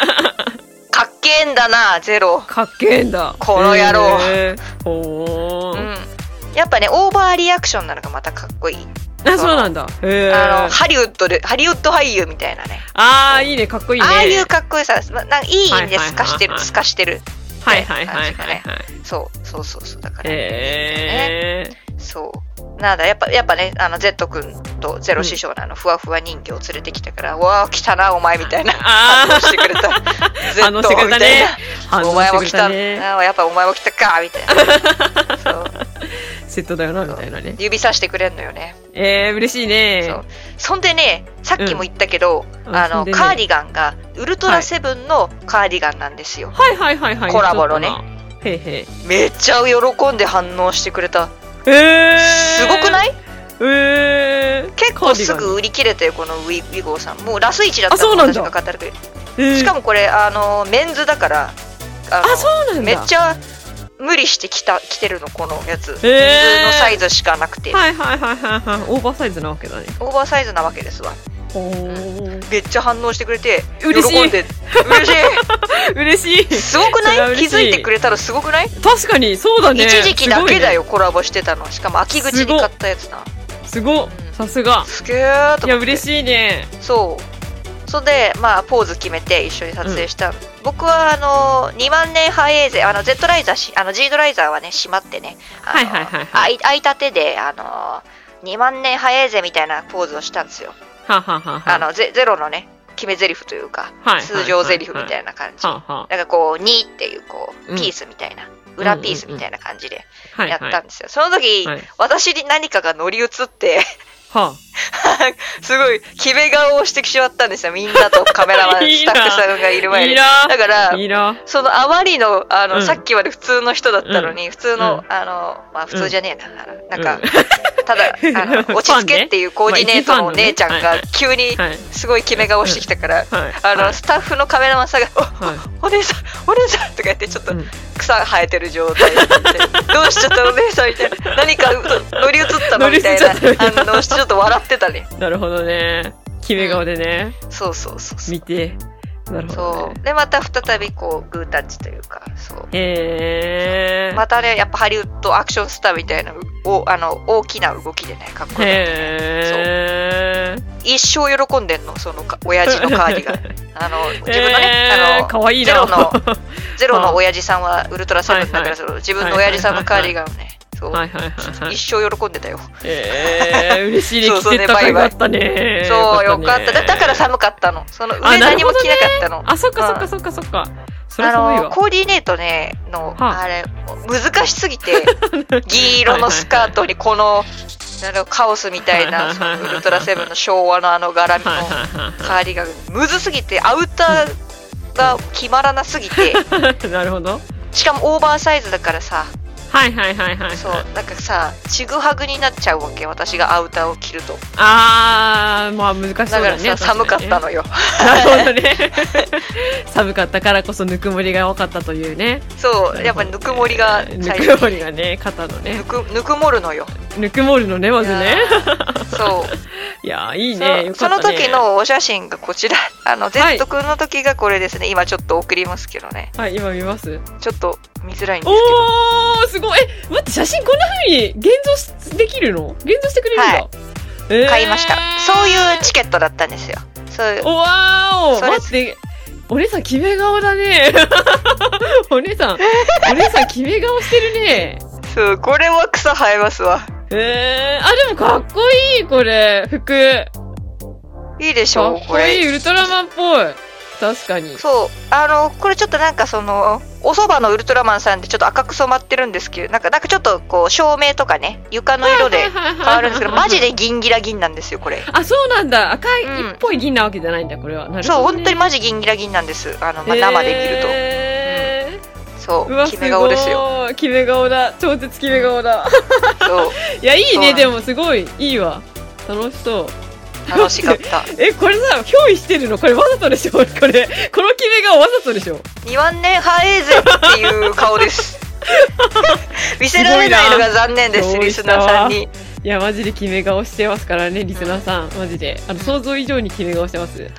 A: っけえんだなゼロ
B: かっけえんだ。
A: この野郎
B: へー。ほ
A: う
B: ー。
A: んやっぱねオーバーリアクションなのがまたかっこいい
B: あそうなんだ。へー。
A: あのハリウッドでハリウッド俳優みたいなね
B: あーいいねかっこいいね。
A: ああいうかっこよさななんかいい意味で
B: はいはいはいはい
A: すかしてるすかしてる
B: はいはいはいはいはい。
A: そうそうそうそうだから、
B: へー。
A: そうなんだやっぱやっぱねあの Z 君とゼロ師匠のあのふわふわ人形を連れてきたから「うわあ来たなお前」みたいな
B: あー
A: 反応してくれた Z
B: (laughs) 反応してくれたね
A: みたいな
B: 反
A: お
B: 応し
A: 前
B: て
A: も
B: くれ
A: 来た
B: たね。
A: あーやっぱお前も来たかみたい
B: (laughs)
A: なそう
B: セットだよなみたいなね。
A: 指さしてくれんのよね
B: えー、嬉しいね。
A: そうそんでねさっきも言ったけど、
B: うん
A: あ
B: あそ
A: の
B: んでね
A: カーディガンがウルトラセブンのカーディガンなんですよ、
B: はいはいはいはい。
A: コラボのね
B: そうだな。へいへい。
A: めっちゃ喜んで反応してくれた
B: えー。
A: すごくないい
B: えー。
A: 結
B: カ
A: 構
B: ーディ
A: す
B: ガン
A: ぐ売り切れてこのウィウィゴーさんもうラスイチだった
B: あそうなんだ
A: 私が買った時
B: えー
A: しかもこれあのメンズだからあの
B: あ、そうなんだ。
A: めっちゃ無理してきた着てるのこのやつ、
B: えー
A: メンズのサイズしかなくて、
B: はいはいはいはいはい。オーバーサイズなわけだね。
A: オーバーサイズなわけですわ
B: ほー。
A: めっちゃ反応してくれて喜
B: 嬉しい
A: んで嬉し
B: 嬉しい (laughs)
A: い。すごく
B: それは
A: ない
B: 嬉
A: 気
B: しい
A: づいてくれたらすごくない
B: 確かに、そうだね。
A: 一時期だけだ
B: よ。
A: よ、コラボしてたのしかも秋口に買ったやつな
B: すご
A: う
B: っ
A: ん
B: さすが。
A: すげーと思
B: いや、
A: って
B: 嬉しいね。
A: そうそれでまあポーズ決めて一緒に撮影した、僕はあの2万年ハエーゼあの Z ライザーしあの G ドライザーはね閉まってねあの
B: はいはいはいは
A: あい開いた手であの2万年ハエーゼみたいなポーズをしたんですよ、
B: はははは。
A: あのゼゼロのね決め台詞というか、
B: はい
A: 通常台詞みたいな感じ、
B: はは。
A: なんかこう2っていうこ
B: う
A: うんピースみたいな、裏ピースみたいな感じで
B: はい
A: やっ
B: はい。
A: たんですよ、その時、
B: はい
A: 私に何かが乗り移って (laughs)
B: は
A: すごい、キメ顔をしてきしまったんですよ。みんなとカメラマン、
B: (laughs) いい
A: スタ
B: な
A: ッフさんがいる
B: あ。
A: 前
B: いい
A: に。
B: な
A: だから
B: ぁ。い、いなぁ。
A: そのあまりの、あの、
B: うん
A: さっきまで普通の人だったのに、普通の、
B: う
A: あの、まあ普通じゃねえな。あのなんか、
B: う
A: (laughs) ただ、あの、落ち着けっていうコーディネートのお姉ちゃん
B: まあ
A: が
B: 一フ
A: 急に
B: はい。
A: すごいキメ顔してきたから、
B: はい。
A: あ
B: は
A: の、
B: い
A: スタッフのカメラマンさんが、
B: はい
A: お、お姉さん、お姉さんとか言って、ちょっと
B: うん
A: 草生えてる状態で、どうしちゃったお姉さんみたいな、何か乗り移ったのみたいな
B: 乗り移っちゃった
A: 反応して、ちょっと笑ってたね。
B: なるほどね。決め顔でね、
A: そうそうそうそう。
B: 見て。なるほど、
A: そ
B: ね
A: う。。で、また再びこう、グータッチというか、そう。
B: へえ。
A: またね、やっぱハリウッドアクションスターみたいな、おあの、大きな動きでね、かっこいい。
B: へえ。
A: 一生喜んでんの、そのか、親
B: (laughs)
A: 父のカーディガン。あの、自分のね、
B: えー
A: あ
B: か
A: の、
B: わいいな。
A: ゼロのゼロ
B: (laughs) は
A: の
B: い
A: 親父さんはウルトラセブンだか
B: はいは
A: ら、
B: い
A: その自分の親父さんのカーディガンをね、そう、
B: はいはいはいはい。
A: 一生喜んでたよ。
B: えー、嬉しいね。
A: そう
B: 着
A: そう
B: て
A: ね
B: った
A: バ
B: か
A: イ
B: よ
A: バ
B: か
A: イ
B: ったね。
A: そう、よかっ
B: ね
A: た。だだから寒かったの。その、
B: あ
A: 上何も着なかったの。
B: あ、そっかそっかそっかそっか。それ
A: あ
B: すごい
A: の
B: わ。
A: コーディネートねの、
B: はあ
A: あれ難しすぎて銀色のスカートにこのなんだろうカオスみたい
B: は
A: ない
B: はいはいはい
A: ウルトラセブンの昭和のあの柄の
B: (laughs) はい
A: カ
B: は
A: ーディガンむずすぎてアウターが決まらなすぎ
B: (laughs)
A: て
B: いはい。なるほど。
A: しかもオーバーサイズだからさ
B: はいはいはいはい。
A: そうなんかさちぐはぐになっちゃうわけ私がアウターを着ると
B: あー、まあ難しそう
A: だから
B: だ
A: さ、
B: ね。
A: 寒かった
B: (laughs) の。
A: のよ
B: なるほどね。 (laughs) 寒かったからこそぬくもりが多かったというね。
A: そうやっぱぬくもりが
B: ぬ
A: 最
B: くもり
A: 近
B: がね、肩のね
A: ぬ。くぬくもるのよ
B: ぬくもるのね、まずね。
A: そう
B: いや (laughs) ー、いい
A: そ
B: ね。よか
A: そ
B: っ
A: の
B: たね
A: 時。のお写真がこちらあの
B: はい
A: Z 君の時がこれですね、今ちょっと送りますけどね
B: はい、今見ます。
A: ちょっと見づらいんですけ
B: おー、すごい。え、待って、写真こんな風に現像しできるの現像してくれるんだ。
A: はい
B: えー
A: ど買いました、そういうチケットだったんですよそう (laughs) いう
B: おわーお
A: それ
B: 待ってお姉さん決め顔だね (laughs) お
A: (laughs)
B: 姉さんお姉さん決め顔してるね
A: そうこれは草生えますわ
B: えー、あでもかっこいいこれ服
A: いいでし
B: か
A: ょ
B: っ
A: うこ
B: こいい
A: れ
B: ウルトラマンっぽい確かに。
A: そうあのこれちょっとなんかそのおそばのウルトラマンさんでちょっと赤く染まってるんですけどなんかなんかちょっとこう照明とかね床の色
B: (laughs)
A: で変
B: 変
A: わるんですけどマジ。で銀ギラ銀なんですよこれ
B: あ、そうなんだ。赤い
A: うん
B: っぽい銀なわけじゃないんだ、これは。なる
A: そう
B: ほど
A: 本
B: ね
A: 当にマジ銀ギラ銀なんですあの、まあ、生で見ると、
B: え
A: そ
B: ーうわ、
A: う
B: す
A: 決
B: ごい
A: め顔ですよ。
B: キメ顔だ。超絶キメ顔だ。
A: そう
B: いや、いい
A: そうなん
B: ね。
A: です
B: でも、すごい。いいわ。楽しそう。
A: 楽しか (laughs) った
B: え、これさ、憑依してるのこれわざとでしょ (laughs) これ、このキメ顔わざとでしょ
A: 2万年早えぜっていう顔です (laughs) 見せられないのが残念です
B: すごいな
A: リスナーさんに
B: いや、マジでキメ顔してますからね、リスナーさん。マジで。あの、想像以上にキメ顔してます。はい。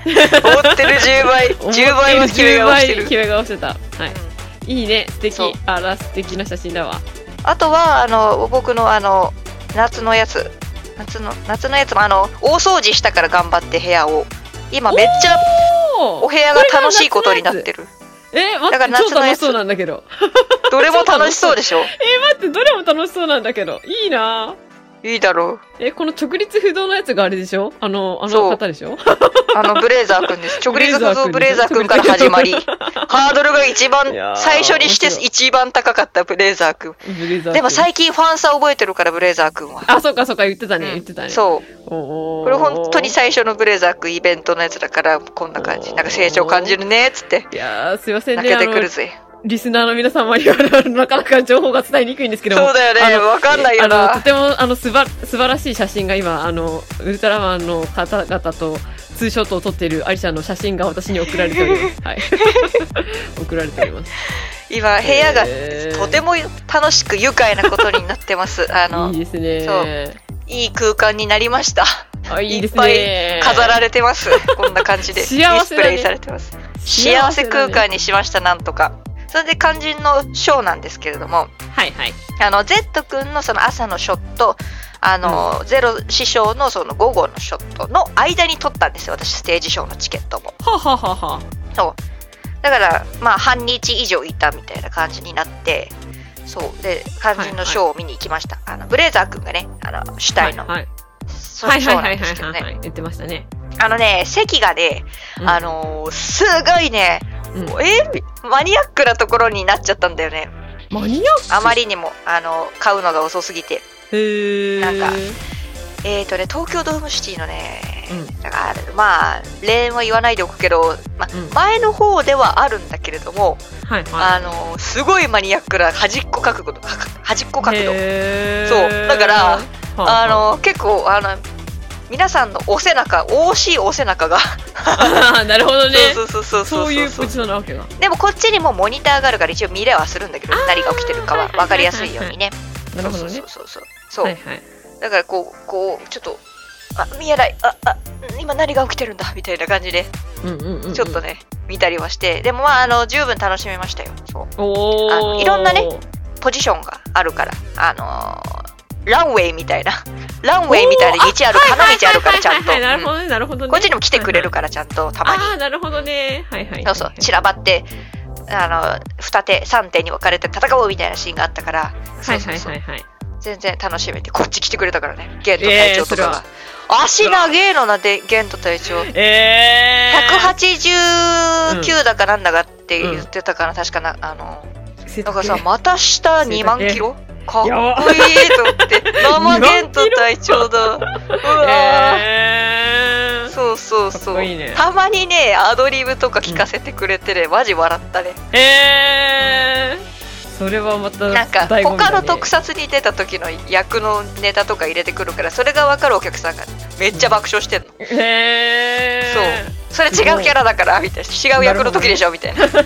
A: (laughs) 思ってる10倍10倍も決め顔してる
B: 10倍キメ顔してた。はい。
A: うん
B: いいね。素敵
A: そう。
B: あら、素敵な写真だわ。
A: あとはあの僕のあの夏のやつ夏の夏のやつもあの大掃除したから頑張って部屋を今めっちゃ
B: お
A: お部屋が楽しいことになってる
B: え、
A: だ
B: 待っ
A: か
B: て、
A: ら夏
B: 超
A: のや
B: 楽
A: つ
B: しそうなんだけど。
A: どれも楽しそうでしょ
B: 待って、どれも楽しそうなんだけど。いいなぁ
A: いいだろう
B: え、この直立不動のやつがあれでしょあの、あ
A: そ
B: の
A: う
B: 方で
A: (laughs)
B: しょ
A: あのブレーザーくんです直立不動ブ
B: ブ
A: レ
B: レ
A: ー
B: ー
A: ザーく
B: ザーく
A: ん
B: ん
A: から始まり
B: い
A: ハードルが一
B: い
A: 番
B: やー
A: 最初にして
B: 面白い
A: 一番高かったブレーザーくん
B: ブレザー
A: でも
B: 最
A: 最近ファンサ覚えてるからブレーザーくんは
B: あ、そうかそうか、言ってたね、
A: うん
B: 言ってたね。う。
A: そう
B: こ
A: これ本当に最初のブレーザーくんイベントのやつだからこんな感じなんか成長感じるねっつって
B: いやー、すいません
A: 泣
B: ね。
A: け
B: あ
A: て
B: の
A: く、るぜ
B: リスナーの皆様には、なかなか情報が伝えにくいんですけども。
A: そうだよね
B: あの
A: わかんないよ
B: あの、
A: な
B: とても、あの、すば、素晴らしい写真が今、あの、ウルトラマンの方々と、ツーショットを撮っているアリシャの写真が私に送られてお
A: (laughs)
B: ります。はい。 (laughs) 送られております。
A: 今部屋が
B: えー
A: とても楽しく愉快なことになってますあの
B: いいですね。
A: いい空間になりました
B: あ、いいです
A: い
B: ね。
A: 飾ら
B: れ
A: れてますこんな感じで
B: 幸せだね
A: ディスプレイされてます幸せ空間にしましたなんとかそれで肝心のショーなんですけれども
B: はいはい。
A: あの Z 君のその朝のショットあの、ゼロ師匠のその午後のショットの間に撮ったんですよ私ステージショーのチケットも
B: はあはあはあはあ。
A: だからまあ半日以上いたみたいな感じになってそうで肝心のショーを見に行きました、あのブレーザー君がねあの主体の、
B: はい
A: そ
B: はい
A: ショー
B: は
A: ないん
B: は
A: で
B: いは
A: す
B: い
A: けど
B: はいは
A: ね
B: い。言ってましたね。
A: あのね席がね、
B: うん
A: あ、のーすごいね、
B: うん
A: えーマニアックなところになっちゃったんだよね
B: マニアック
A: あまりにもあの買うのが遅すぎて
B: へー
A: なんかえーとね、東京ドームシティのね、
B: う
A: だからまあ例は言わないでおくけど、まあ
B: うん
A: 前の方ではあるんだけれども、
B: はいは
A: あ
B: い。
A: のすごいマニアックな端っこ角度か端っこ角度
B: へー
A: そうだから
B: はあは
A: あの結構あの皆さんのお背中惜しいお背中が、
B: あ
A: (laughs)
B: ーなるほどね。
A: そうそうそうそう
B: そういう
A: そ
B: ポ
A: う
B: ジションなわけだ。
A: でもこっちにもモニターがあるから一応見れはするんだけど何が起きてるかは分かりやすいようにね
B: なるほどね
A: そう。そうそうそう、
B: はいはい。
A: だからこうこうちょっとあ見えないああ今何が起きてるんだみたいな感じで
B: うんうんうんうん。
A: ちょっと。ね、見たりはして、でもまあ、あの、十分楽しめましたよ。そ
B: お
A: あの
B: ー。
A: いろんなねう。ポジションがあるから、あのーランウェイみたいな、
B: (laughs)
A: ランウェイみたいな道ある、花道あるから、ちゃんと。
B: はいはいはいはいなるほ
A: うん
B: どね、なるほどね。
A: こっちにも来てくれるから、ちゃんと、たまに
B: あ。あー、なるほどね。はいはい。
A: そうそう、散らばって、あの、二手、三手に分かれて戦おうみたいなシーンがあったから、
B: は
A: そう
B: い
A: そ
B: は
A: う
B: い
A: そう
B: はいはい。
A: 全然楽しめて、こっち来てくれたからね、ゲント
B: え
A: 隊
B: え
A: 長とか
B: それ
A: が
B: は。
A: 足長えのな、でゲント隊長。
B: えー。
A: 189だかなんだかって言ってたから、確かな、あの、
B: 108
A: なんかさ、また下2万キロかっこいい
B: やば
A: と
B: (laughs)
A: 思って、生ゲント隊長だ。うわ
B: え
A: ー
B: ー。
A: そうそう
B: かっ
A: そ
B: こ
A: う
B: いいね
A: たまにね、アドリブとか聞かせてくれてね、マジ笑ったね。
B: えー。それはまた、
A: なんか、
B: 醍醐味だ
A: 他
B: ね
A: の特撮に出た時の役のネタとか入れてくるから、それがわかるお客さんがめっちゃ爆笑してんの。
B: へえ
A: それ違うキャラだから、みたいな。違う役の時でしょ、みたいな。そう。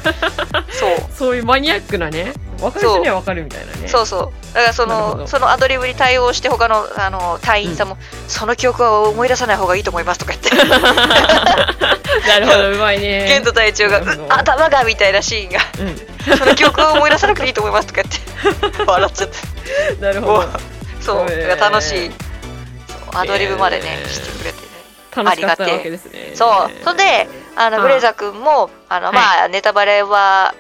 B: そうそういうマニアックなね分かる人には分かるみたいなね
A: そううそうだからそ
B: なるほ
A: の
B: ど
A: そのアドリブに対応して他のあの隊員さんも、その記憶は思い出さない方がいいと思いますとか
B: (laughs)
A: 言って
B: なるほどうまいね
A: ゲント隊長が「う
B: なるほ
A: ん
B: ど
A: 頭が」みたいなシーン
B: (laughs)
A: が「
B: う
A: その記憶は思い出さなくていいと思います」とか言っ
B: (laughs)
A: て笑っちゃって
B: んなるほ
A: も
B: ど
A: うそう、
B: へー
A: だから楽しいそうアドリブまでね、
B: へー
A: してくれてね
B: 楽しかったわけですね
A: そうそんであの
B: あー
A: ブレイザー君もあの、まあネタバレは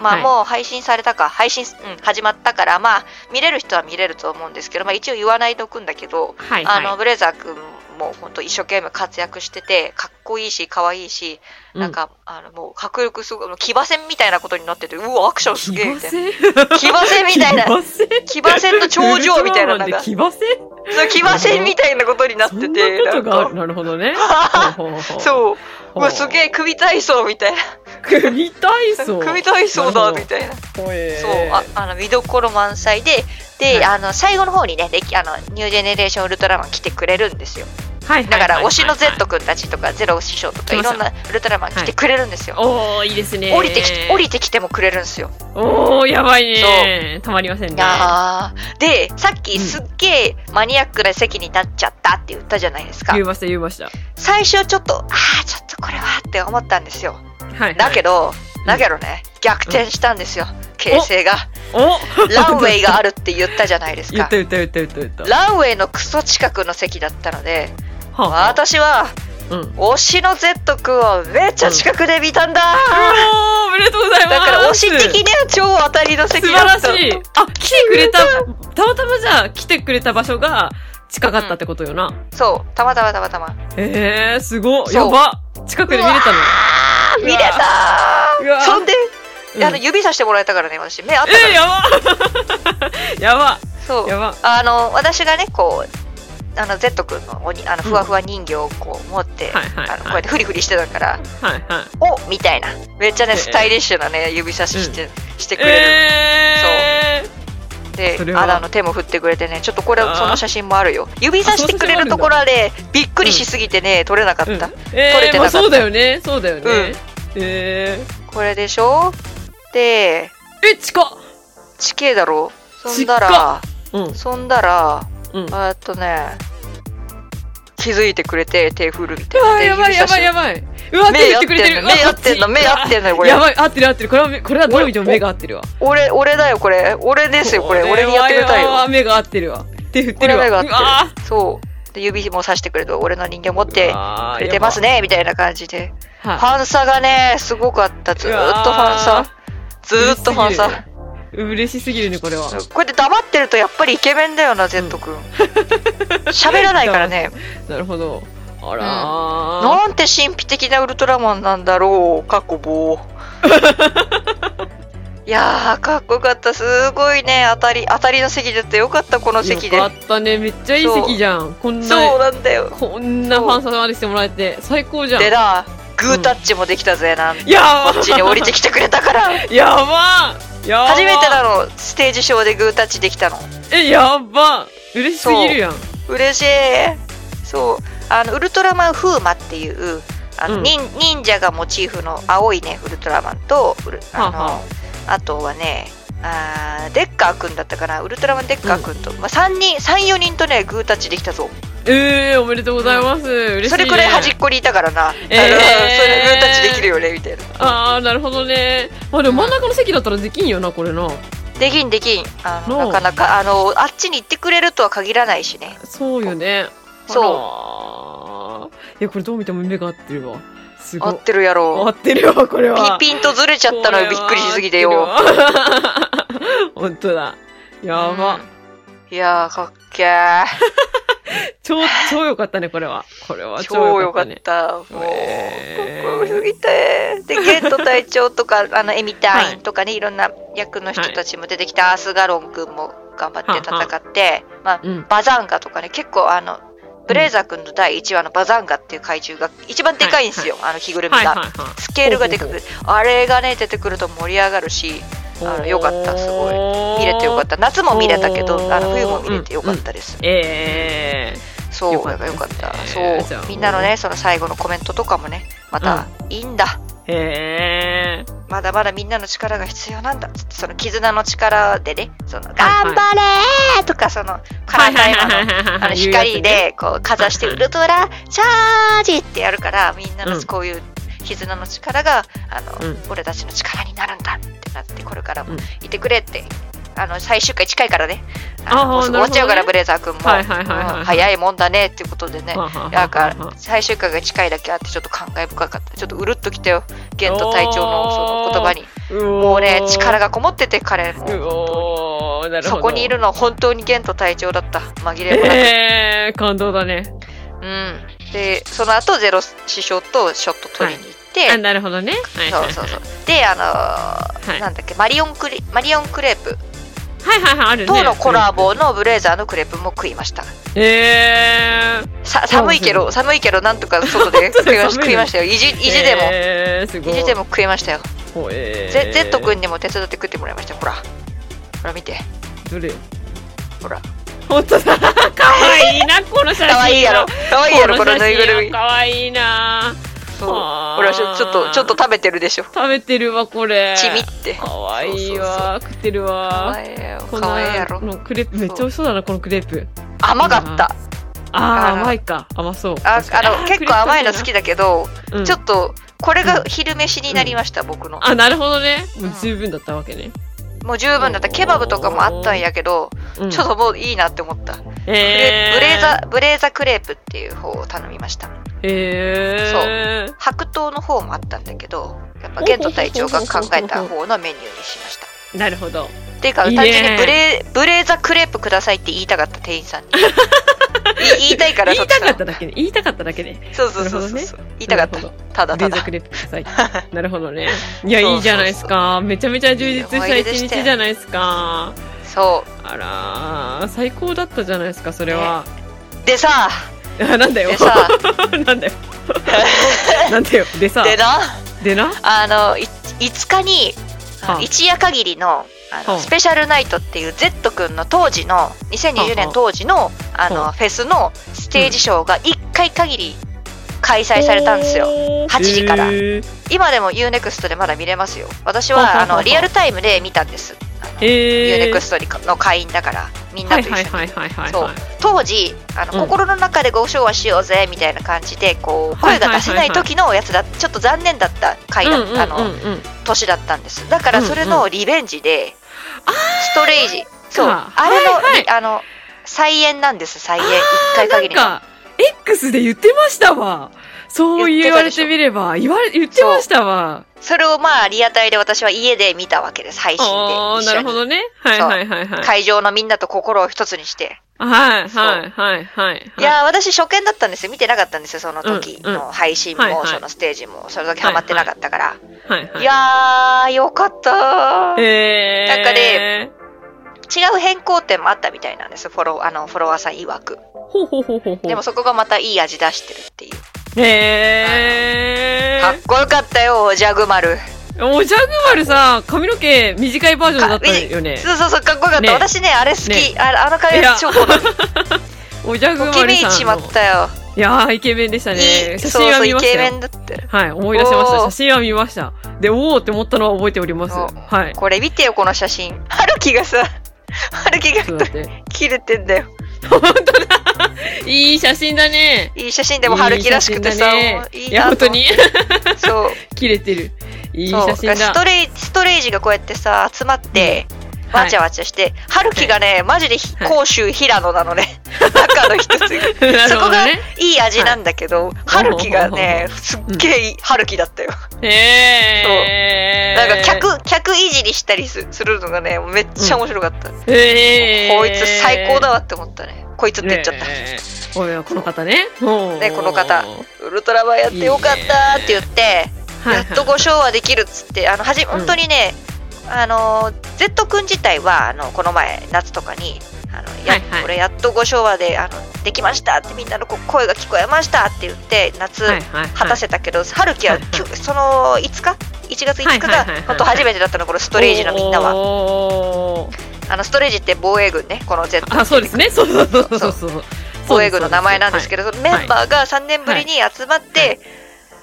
A: まあ、
B: はい
A: もう配信されたか配信、うん、始まったからまあ見れる人は見れると思うんですけど、まあ、一応言わないとくんだけど、
B: はい
A: あ
B: はい
A: のブレザー君もう本当一生懸命活躍してて、かっこいいし、可愛いし、なんか、あの、もう迫力すごい、もう騎馬戦みたいなことになってて、うわ、アクションすげえみたいな。騎馬戦みたいな
B: 騎、馬戦
A: 騎馬 (laughs) 戦の頂上みたいな、なんか、
B: 騎馬戦
A: そう騎馬戦みたいなことになってて、
B: そんなことがあ
A: な
B: る。
A: んか
B: なるほどね。
A: (laughs)
B: う。
A: そう、うわ、すげえ首体操みたいな。
B: 組体操。
A: 組体操だ、みたいな。
B: そう、
A: そう、ああの見どころ満載で、で、
B: はい
A: あの最後の方にね、できあのニュージェネレーションウルトラマン来てくれるんですよ。
B: はいはいはいはい
A: だから、推しの Z 君たちとか、ゼロ師匠とか、
B: 来
A: い
B: ました
A: ろんなウルトラマン来てくれるんですよ。
B: おおいいですね。
A: 降りてき降りてきてもくれるんですよ。
B: おおやばいね。たまりませんね。
A: いやーで、さっき
B: うん
A: すっげーマニアックな席になっちゃったって言ったじゃないですか
B: 言い。ました言いました。
A: 最初ちょっと、あー、ちょっとこれはって思ったんですよ。
B: はい。
A: だけ
B: ど。
A: ど、
B: ん
A: だけどね、逆転したんですよ。形勢が。
B: お
A: ランウェイがあるって言ったじゃないです
B: (laughs) 言っ
A: か
B: た。言った言った言った言った。
A: ランウェイのクソ近くの席だったので、
B: はあはあ
A: 私は
B: うん。おー
A: 推しの Z 君をめっちゃ近くで見たんだ、
B: おめでとうございます。
A: (laughs) だから推し的には超当たりの
B: 素
A: 席
B: 晴
A: だ
B: ら
A: った
B: しい。あ来てくれたたまたまじゃあ来てくれた場所が近かったってことよな。
A: そうたまたまたまたま
B: えー、すごい。
A: そ
B: や
A: う
B: ば。近くで見れたの。
A: あー見れ
B: うわ
A: た
B: ー
A: そんで、
B: うん
A: あの指さしてもらえたからね私目あった
B: え
A: から、
B: ー、やば (laughs) やば
A: そう
B: やば
A: あの私がねこうあの Z 君のおにあのふわふわ人形をこう持って、
B: はいはいはい
A: あのこうやってフリフリしてたから
B: はいはい。
A: 「おみたいなめっちゃね
B: ええ
A: スタイリッシュなね指さしして,、してくれる
B: えー、
A: で
B: それは
A: アダの手も振ってくれてねちょっとこれ
B: あー
A: その写真もあるよ指さしてくれるところはねびっくりしすぎてね撮れなかった、
B: うんえ
A: 取れてなかった
B: ー、まあそうだよね。そうだよね。え
A: これでしょで
B: ー、え、近っ
A: 地形だろそんだ
B: 近
A: ら
B: うん。
A: そんだら
B: うん。
A: えーっとね気づいてくれて手振るみた
B: う
A: いな
B: わ
A: で
B: やばい
A: 指
B: や
A: さし
B: ばいやばい。うわ、手振ってくれてる。
A: 目合ってんの
B: う
A: 目合
B: わ
A: ってんの目合ってんのよこれ
B: やばい、合ってる合ってる。これは目、これはどう見ても目が合ってるわ。
A: 俺俺だよこれ俺ですよこれ俺にやってくれた
B: うわ
A: よ
B: 目が合ってるわ。手振って
A: こ
B: る
A: れ
B: わ。
A: 目が
B: うわ
A: 合ってるそうで指もさしてくれる俺の人形持っ
B: ー
A: てくれてます。ねみたいな感じで
B: うわーやば
A: ファンサがね、すごかった。ずーっとファン
B: うわ
A: サ。ずーっとファンサ。
B: はい。嬉しすぎるね、これは。
A: こうやって黙ってるとやっぱりイケメンだよな、Z 君。喋らないからね。
B: なるほど。あらー。
A: なんて神秘的なウルトラマンなんだろう、かっこ
B: (laughs)
A: 棒。いやー、かっこよかった。すごいね、当たり、当たりの席だったよかった、この席で
B: よ。かったね。めっちゃいい席じゃん。こんな、
A: そうなんだよ。
B: こんなファンサまでしてもらえて、最高じゃん。
A: で
B: や
A: な、グータッチもできたぜな。こ
B: ば
A: っちに降りてきてくれた
B: (laughs)
A: から。
B: やばやば
A: 初めてなの、ステージショーでグータッチできたの。
B: え、やば嬉しすぎるやん。
A: 嬉しいそうあのウルトラマンフーマっていうあの、
B: うん
A: 忍忍者がモチーフの青いねウルトラマンとウルあの
B: はあは
A: あとはねあーデッカーくんだったかなウルトラマンデッカーくんと、まあ、3人34人とねグータッチできたぞ
B: えー、おめでとうございます。嬉しい、ね。
A: それくらい端っこにいたからな、
B: えー
A: あのそれグータッチできるよねみたいな
B: あー、なるほどね。まあでも真ん中の席だったらできんよな、これな。
A: できんできんあの
B: の
A: なかなかあのあっちに行ってくれるとは限らないしね
B: そうよね。
A: そう
B: そう。いや、これどう見ても目が合ってるわ。すご
A: 合
B: い
A: っ。てるや
B: 合
A: ろ
B: ってるわ、これ
A: ピン
B: は。
A: ピンとずれちゃったのよびっくりしすぎてよ
B: これは合ってるわ。 (laughs) 本当だ。やば。
A: いやーかっけー
B: 超、超良かったね、これは。これは
A: 超
B: 超
A: 良
B: 良
A: か
B: か
A: っ
B: ったね。
A: た。もう、かっ
B: えー
A: こよすぎて。で、ゲット隊長と
B: (laughs)
A: か、あの、エミ隊員とかね、いろんな役の人たちも出てきた、アスガロン君も頑張って戦って、まあ、
B: うん。
A: バザンガとかね、結構あの、ブレイザー君の第1話のバザンガっていう怪獣が一番でかいんですよ、あの着ぐるみ
B: はい
A: が。
B: はいは
A: スケールがでかく
B: ほう
A: て、あれがね、出てくると盛り上がるし、
B: い。。
A: あのよかったすごい見れてよかったた。夏も見れたけど、あの冬も見れてよかっ
B: うん
A: たです。
B: ええ
A: そう、
B: よ
A: よ
B: か
A: かっ
B: っ
A: たた,、
B: ですねじゃ
A: そ
B: あ
A: う、みんなの
B: も
A: ね、その最後のコメントとかもね、また、いいんだ。
B: へえ。
A: まだまだみんなの力が必要なんだ。つってその絆の力でね、その、
B: はい
A: 頑張れーとか、その、カラータイマーの、あの、光で、こう、かざして、
B: はい
A: ウルトラチャージってやるから、みんな
B: う
A: の
B: ん
A: こういう絆の力が、あの、
B: うん
A: 俺たちの力になるんだってなって、これから
B: う
A: も
B: ん
A: いてくれって。あの最終回近いからね、
B: あ
A: あ
B: ー
A: のもうすぐ終わっちゃうから、
B: なる
A: ブレザー君も、
B: はいはいはいはい
A: うん早いもんだねっていうことでね、な
B: だ
A: んか最終回が近いだけあってちょっと感慨深かったちょっとうるっときたよゲント隊長のその言葉にも
B: も
A: うね力がこもってて彼も
B: おーなるほ
A: そ
B: ど
A: こにいるのは本当にゲント隊長だった紛れもなく、
B: ええ感動だね
A: うん、でその後ゼロ師匠とショット取りに行って、
B: あなるほどね。はいはい
A: そうそ
B: はい
A: うそうであのー
B: はい
A: なんだっけマリオンクリマリオンクレープ
B: はいはいはいあるね。
A: とのコラボのブレザーのクレープも食いました
B: え
A: さ寒いけど寒いけどなんとか外で
B: 外
A: 食い
B: で
A: ま
B: (laughs)
A: 食いま
B: 寒いの
A: したよ意地意
B: ー、
A: 地でも、
B: えー、すごい。
A: 意地でも食いましたよ、
B: ほえ
A: ゼ
B: ー、
A: ゼット君にも手伝って食ってもらいましたほらほら見て
B: どれ
A: ほら
B: 本当だ。可愛いなこの写真。
A: 可愛いやろ。可愛いやろこのぬいぐるみ
B: 可愛いな。
A: そう
B: あー
A: ほらちょちょっとちょっと食べてるでしょ
B: 食べてるわこれ。
A: ちびって
B: 可愛いわ食ってる
A: か
B: わ
A: わいいやろ
B: こん
A: か
B: な
A: わいいやろ
B: このクレープめっちゃ美味しそうだなこのクレープ
A: 甘かった
B: あ
A: あ
B: ー
A: ー
B: 甘いか甘そう
A: あ
B: 確かに
A: あの結構甘いの好きだけど、
B: クレープうん
A: ちょっとこれが昼飯になりました、僕の
B: あなるほどねもう十分だったわけね、
A: もう十分だったケバブとかもあったんやけど、
B: うん、
A: ちょっともういいなって思った、ブ
B: え
A: レ
B: ー、
A: ブレーザブレーザクレープっていう方を頼みました
B: えー、
A: 白桃の方もあったんだけどやっぱ玄都隊長が考えた方のメニューにしました
B: そうなるほど
A: っていうか
B: いい
A: 単
B: ね
A: 純にブレブレーザクレープくださいって言いたかった店員さんにい
B: (laughs)
A: 言いたいから
B: 言いたかっ
A: そ
B: ただけね言いたかっただけね
A: ちさんそうそうそうそう、
B: なるほ
A: 言いたかった
B: なるほ
A: ただ
B: ブレ
A: た
B: ザ
A: だ
B: クレープください
A: (laughs)
B: なるほどねいや
A: そうそうそう
B: いいじゃないですかめちゃめちゃ充実した一日じゃないですか
A: そ
B: あらー最高だったじゃないですかそれは、
A: うでさ
B: あ (laughs) なんだよ
A: でさ (laughs)
B: なんだよなんだよでさ
A: でな
B: でな
A: あのい5日に
B: はあ
A: 一夜限りのあの
B: はあ
A: スペシャルナイトっていう Z 君の当時の2020
B: はあは
A: 年
B: あ
A: 当時のあ
B: は
A: の
B: あ
A: フェスのステージショーが1回限り開催されたんですよ8時から
B: えー
A: 今でも UNEXT でまだ見れますよ私
B: はあはあ
A: はあ
B: はあ
A: のリアルタイムで見たんです
B: えー
A: UNEXT の会員だからみんな
B: は
A: と
B: い
A: 一緒
B: はい
A: に
B: はいはいはい
A: そう
B: はい
A: 当時あの、
B: うん
A: 心の中でご唱和しようぜみたいな感じでこう
B: はい
A: 声
B: は
A: が
B: いはいはい
A: 出せない時のやつだちょっと残念だった回だったの、
B: うんうんうんうん
A: 年だったんですだからそれのリベンジで、ストレージそう
B: か
A: あれの,、
B: はいはい
A: あの再演なんです再演1回
B: な
A: 限
B: ん
A: りの
B: か X で言ってましたわそう言われてみれば言われ言ってましたわ
A: それをまあリアタイで私は家で見たわけです配信
B: ああ
A: で
B: な
A: 一緒
B: る
A: に
B: ほどねはいはいはいはい
A: 会場のみんなと心を一つにして、
B: はいはいはいはい
A: い、やー私初見だったんですよ見てなかったんですよその時
B: うんうん
A: の配信も、
B: はいはい
A: そのステージもその時ハマってなかったから、
B: はいはい
A: いやー、よかったー。
B: えー、
A: なんかね違う変更点もあったみたいなんです、フォローあのフォロワーさん曰く。
B: ほうほうほうほうほう
A: でもそこがまたいい味出してるっていう。
B: へ
A: かっこよかったよ、ジャグマル。
B: ーおジャグマルさ髪の毛短いバージョンだったよね
A: そうそうそう、かっこよかった。
B: ね
A: 私ね、あれ好き。
B: ね
A: ああの髪
B: いや
A: 超好み。
B: おジャグ
A: と
B: マ
A: きめ
B: ル
A: いち
B: さ
A: ま
B: ん
A: っ
B: の
A: た
B: (laughs)
A: よ。
B: いやーイケメンでした
A: い
B: ね
A: い、
B: 写
A: そう
B: 真は
A: そう、
B: 見
A: イ
B: まし
A: ケ
B: た
A: メ
B: よ
A: ンだったよ。
B: はい思い出しました
A: おー
B: 写真は見ましたでおおって思ったのは覚えております
A: お
B: はい
A: これ見てよ、この写真。春樹がさ、春樹
B: ちょっ
A: が
B: と待って
A: (laughs) 切れてんだよ。
B: いい写真だね。
A: いい写真でも春樹らしくてさ、
B: いい
A: も
B: 写
A: う
B: 真だね
A: い
B: い
A: い
B: や、
A: な
B: 本
A: と
B: 当
A: 思って
B: に。 (laughs)
A: そう。
B: 切れてる。いい
A: そう
B: 写真
A: ス
B: だ。
A: トレイストレージがこうやってさ集まって
B: はい
A: わちゃわちゃして、春樹がねマジでひ
B: はい
A: 甲州平野なの
B: (laughs)
A: ね中の一つが
B: な
A: そ
B: るほ
A: こ
B: ど
A: が
B: ね。
A: いい味なんだけど、春樹がねすっげえいい春樹だったよ、
B: えー。
A: なんか客客いじりしたりすするのがねめっちゃ面白かった、
B: 客、えー、
A: こいつ最高だわって思ったねこいつって言っちゃった、
B: ねえおいこの方ね。おー
A: ねこの方
B: は
A: ウルトラマンやってよかったって言って
B: い
A: やっとご唱和できるっつって、あのはじ本当にね、あの Z 君自体はあのこの前夏とかにあのや、
B: はいはい
A: これやっとご唱和であのできましたってみんなのこう声が聞こえましたって言って夏、
B: はいはいはい
A: 果たせたけど、春樹は、
B: はいはい
A: きゅその5日1月5日
B: はいはい
A: が
B: はいはい
A: 本当初めてだったのこのストレージのみんなは
B: おー
A: あのストレージって防衛軍ねこの Z
B: あ、そうですね。そうそうそうそうそう。
A: 防衛軍の名前なんですけれ
B: ど、
A: ど、メンバーが3年ぶりに集まって、
B: はい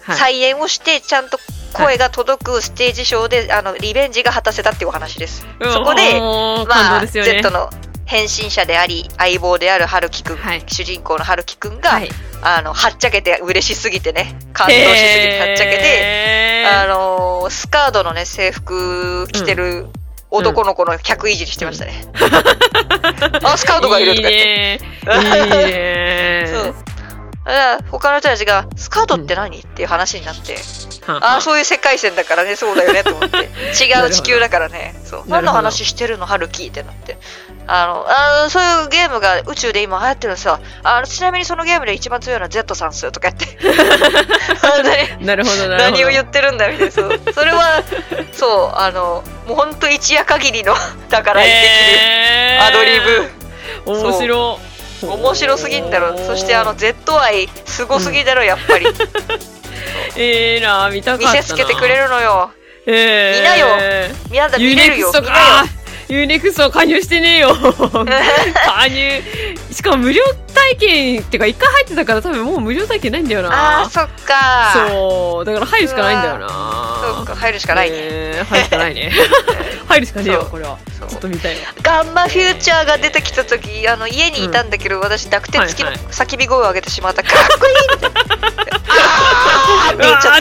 A: 再演をしてちゃんと声が届くステージショーであのリベンジが果たせたっていうお話です。そこで、
B: おー
A: ま
B: 感動
A: あ、
B: ですよね。
A: Z の変身者であり相棒である春樹くん、
B: はい
A: 主人公の春樹くんが、
B: はい、
A: あのはっちゃけて嬉しすぎてね感動しすぎてはっちゃけて、
B: て
A: あのースカードのね制服着てる男の子の客いじりしてましたね。 (laughs) あスカードがいるとか言って。。
B: いいね。いいね
A: そう。だから他の人たちが、スカートって何、っていう話になって、
B: は
A: あ
B: あ
A: あ、そういう世界線だから
B: (laughs)
A: ね、そうだよね、と思って。違う地球だからね。そう。
B: な
A: 何
B: るほど
A: の話してるの、春樹ってなって。あの、あーそういうゲームが宇宙で今流行ってるんですよ。あの、ちなみにそのゲームで一番強いのは Z さんっすよとか言って。
B: (laughs)
A: 本当に
B: なるほどなるほど
A: 何を言ってるんだみたいな。そうそれは、そう、あの、もう本当一夜限りの (laughs) 宝にでき
B: え
A: る
B: ー
A: アドリブ。
B: 面白
A: 面白すぎんだろ。そしてあの、Z 愛、すごすぎだろ、やっ
B: (laughs)
A: ぱり。
B: ええな見たかっ
A: 見
B: たな
A: せつけてくれるのよ。
B: ええ
A: 見なよみんな見れ
B: ユーネ
A: る
B: ク
A: よ
B: ス。
A: 見
B: ト
A: な
B: か
A: よ。
B: ユーネクスト加入してねえ
A: (laughs)
B: よ加入しかも無料体験ってか一回入ってたから多分もう無料体験ないんだよ
A: あ
B: な
A: ー、そっか。
B: そうだから入るしかないんだよな
A: そっか、入るしかないね。
B: えー入るしかない
A: (laughs)
B: ね入るしかねえよ
A: そう
B: これは
A: そう
B: ちょっと見たいわ
A: ガンマフューチャーが出てきた時あの家にいたんだけど、私濁点付きの
B: はい
A: 叫び声を上げてしまった、かっこいいあーって言っち
B: うわー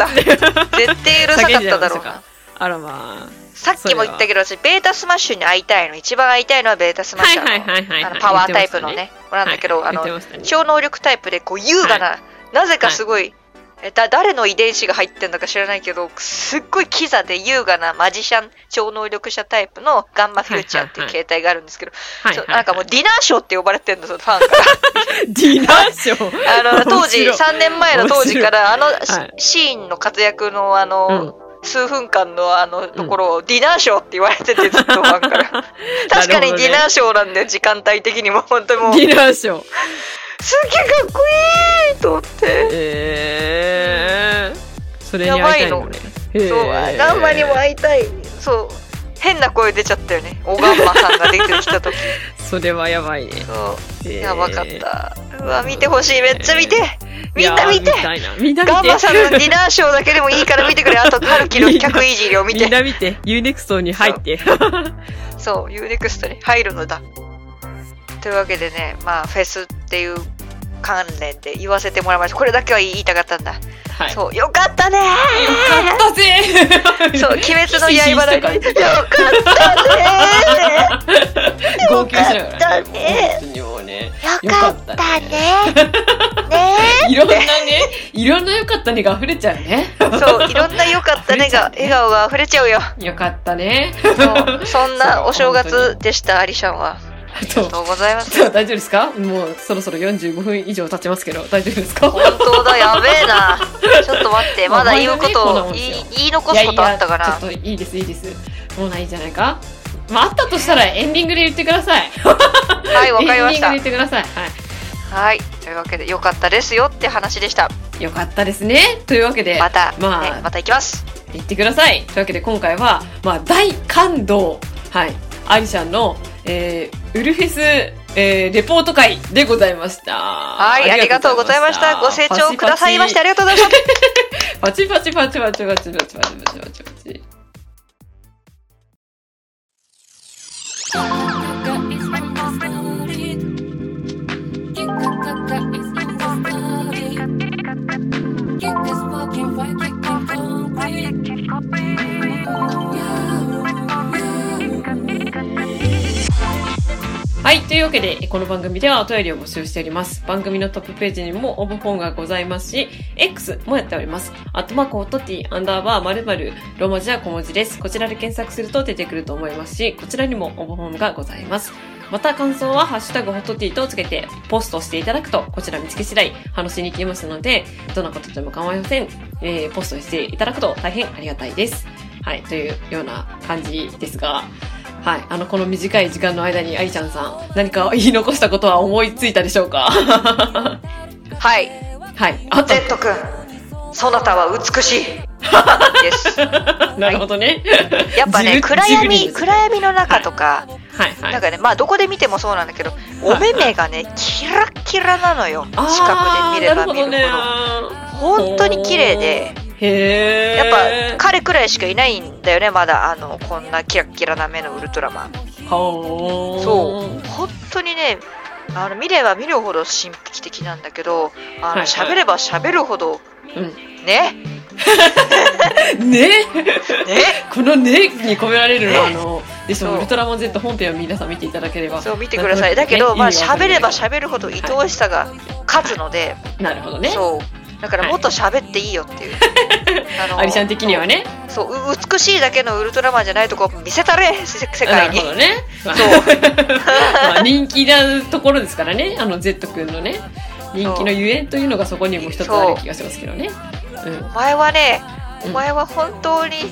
A: ゃ
B: って
A: った絶対許さかっただろうな
B: (laughs) あらまあ
A: さっきも言ったけど私ベータスマッシュに会いたいの一番会いたいのはベータスマッシュ
B: はいはいはいはい
A: あのあのパワータイプのね
B: 言
A: なんだけど、
B: はい
A: あ
B: 言って
A: の
B: ましたね
A: 超能力タイプでこう優雅な、なぜかすごい、えだ誰の遺伝子が入ってるのか知らないけどすっごいキザで優雅なマジシャン超能力者タイプのガンマフューチャーっていう形態があるんですけど、
B: はい
A: そ
B: は
A: う
B: い
A: なんかもうディナーショーって呼ばれてるのそのファンから
B: ディナーショー
A: あの当時
B: 面白い
A: 3年前の当時からあの、
B: い
A: シーンの活躍のあの、数分間のあのところをディナーショーって言われててずっとファン
B: (laughs)
A: から確かにディナーショーなんだよ時間帯的にも本当にもうすっげ
B: ディナーショー
A: えかっこいいと思って、
B: えー、それに会いたいのねへー
A: そうガンマにも会いたいそう変な声出ちゃったよねおガンマさんが出てきた時
B: それはやばいね
A: そう
B: へー
A: やばかったうわ見てほしいめっちゃ見てみんな見て
B: いやー見たいなみんな見て
A: ガンマさんのディナーショーだけでもいいから見てくれあと春樹の客いじりを見
B: み
A: て
B: んな見て UNEXT に入って
A: そう、UNEXT に入るのだ。というわけでね、まあ、フェスっていう関連で言わせてもらいました。これだけは言いたかったんだ。
B: はい
A: そう、よかったね
B: よかったぜ
A: (laughs) そう、鬼滅の刃だ
B: (laughs)
A: け。よかったね
B: 号泣しながら
A: よかったね
B: 本当にもうね
C: よかったね。ね
B: いろんなねいろんなよかったねが溢れちゃうね (laughs)
A: そう、いろんなよかったねが、笑顔が溢れちゃうよ。
B: よかったね
A: そう、そんなお正
B: そう
A: 月でした、アリシャンは。
B: あ
A: あり
B: と
A: がとうございます。
B: そう大丈夫ですかもうそろそろ45分以上経ちますけど大丈夫ですか
A: 本当だ、やべえな。ちょっと待って、まだ言うこ
B: まあ
A: と、
B: まだねこんなもんですよ
A: 言い言い残すことあったか
B: いや
A: ない
B: や。ちょっといいですいいですもうないんじゃないかまああったとしたらエンディングで言ってください
A: はい、わかりました
B: エンディングで言っ。てくださいは
A: はい、というわけで良かったですよって話でした。
B: いよかったですねというわけで
A: また、
B: まあ
A: ね、また行きます。
B: 言ってくださいというわけで今回は、まあ、大感動はいアリシャンの、えーウルフェス、えーレポート会でございました
A: はい、ありがとうございました。ご清聴くださいましてありがとうございました。
B: パチパチパチパチパチパチパチパチパチパチはい。というわけで、この番組ではお便りを募集しております。番組のトップページにも応募フォームがございますし、X もやっております。アットマークホットティー、アンダーバー、まるまる、ローマ字は小文字です。こちらで検索すると出てくると思いますし、こちらにも応募フォームがございます。また感想は、ハッシュタグホットティーとつけて、ポストしていただくと、こちら見つけ次第、話しに行きますので、どんなことでも構いません。えー、ポストしていただくと大変ありがたいです。はい。というような感じですが、はい。あの、この短い時間の間に、ありちゃんさん、何か言い残したことは思いついたでしょ
A: (laughs)
B: うかは
A: はい、
B: い。あと、
A: Z 君、そなたは美しい。です。
B: なるほどね。
A: やっぱ
B: ジ
A: ね、
B: ブ
A: 暗
B: ジブリ
A: 闇、
B: です
A: 暗闇の中とか、
B: はいはい。
A: なんかね、まあどこで見てもそうなんだけど、お目目がね、キラッキラなのよ。近くで見れば見るほど。
B: ど。
A: 本当に綺麗で、
B: へえ。
A: やっぱ彼くらいしかいないんだよね、まだ、あの、こんなキラッキラな目のウルトラマン。
B: ほー
A: そう本当にねあの見れば見るほど神秘的なんだけどあの
B: はいはい
A: 喋、れば喋るほど、
B: うん
A: ね
B: ね
A: ね
B: このねに込められるあの、でし
A: そ
B: ょ
A: う
B: ウルトラマン Z 本編を皆さん見ていただければ。
A: そう見てください
B: (laughs) な
A: だ
B: んと
A: け
B: なくね
A: ど、まあ
B: 意味がわか
A: 喋
B: る
A: れば喋るほど愛おしさが勝つので、
B: なるほどね。 (laughs)
A: そうだからもっと喋っていいよっていう、あの
B: アリちゃん的にはね。
A: そうう美しいだけのウルトラマンじゃないとこ見せたれ (laughs) せ世
B: な
A: 界
B: る
A: に
B: ほどね。まあ
A: そう
B: (laughs) まあ人気なところですからね、あの Z 君のね。人気のゆえんというのがそこにも一つある気がしますけどね。うん
A: お前はね
B: う
A: お
B: ん
A: 前は本当に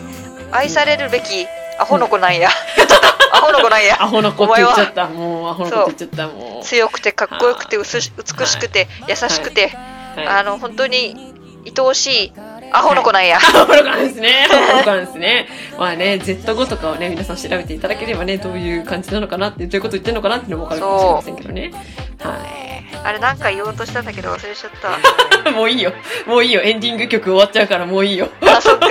A: 愛されるべきアホの子
B: (laughs)
A: なんや、ちょっとアホの子なんや
B: アホの子って言っちゃった。もうアホの子って言っちゃった。もう。
A: 強くてかっこよくてうす美しくて優しくて、
B: はい
A: あの本当に愛おしいアホの子
B: (laughs)
A: なんや、
B: アホの子なんですね。アホの子なんですね。まあね、Z 語とかをね、皆さん調べていただければね、どういう感じなのかなって、どういうこと言ってるのかなっていうのもわかるかもしれませんけどね。
A: (laughs)
B: は
A: あれなんか言おうとしたんだけど忘れちゃっ
B: (laughs) い。もういいよ。もういいよ。エンディング曲終わっちゃうからもういいよ。
A: たあそっか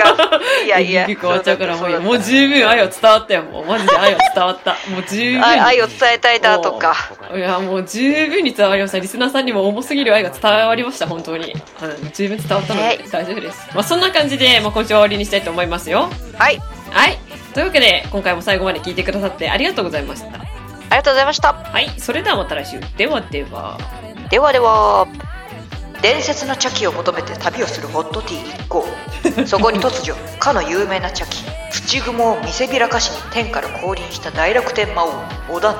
A: いやいや
B: エンディング曲終わっちゃうからもういいよ。もう
A: そうだった
B: 十分愛は伝わったよ。もうマジで愛は伝わった。もう十分に。
A: 愛愛を伝えたいだとか
B: いや、もう十分に伝わりました。リスナーさんにも重すぎる愛が伝わりました、本当に。うん、十分伝わったの
A: は
B: で
A: い
B: 大丈夫です。まあ、そんな感じで、まあ、今週は終わりにしたいと思いますよ。
A: はい
B: はい。というわけで、今回も最後まで聞いてくださってありがとうございました。
A: ありがとうございました
B: はい。それではまた来週。ではでは。
A: ではでは伝説の茶器を求めて旅をするホットティー一行そこに突如かの有名な茶器土雲を見せびらかしに天から降臨した大楽天魔王織田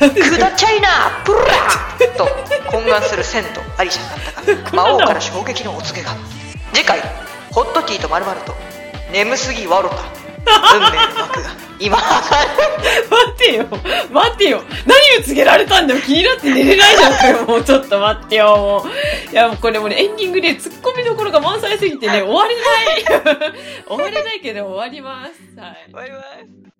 A: 信長くだちゃいなプラッと懇願する千とアリシャ (laughs) だったが魔王から衝撃のお告げが次回ホットティーとまるまると眠すぎワロタ運命の幕が今
B: 待てよ待てよ何を告げられたんだよ気になって寝れないじゃん (laughs) かよもうちょっと待ってよもういやもうこれもうねエンディングでツッコミどころが満 (laughs) 載すぎてね終われない終われないけど終わりますはい
A: 終わります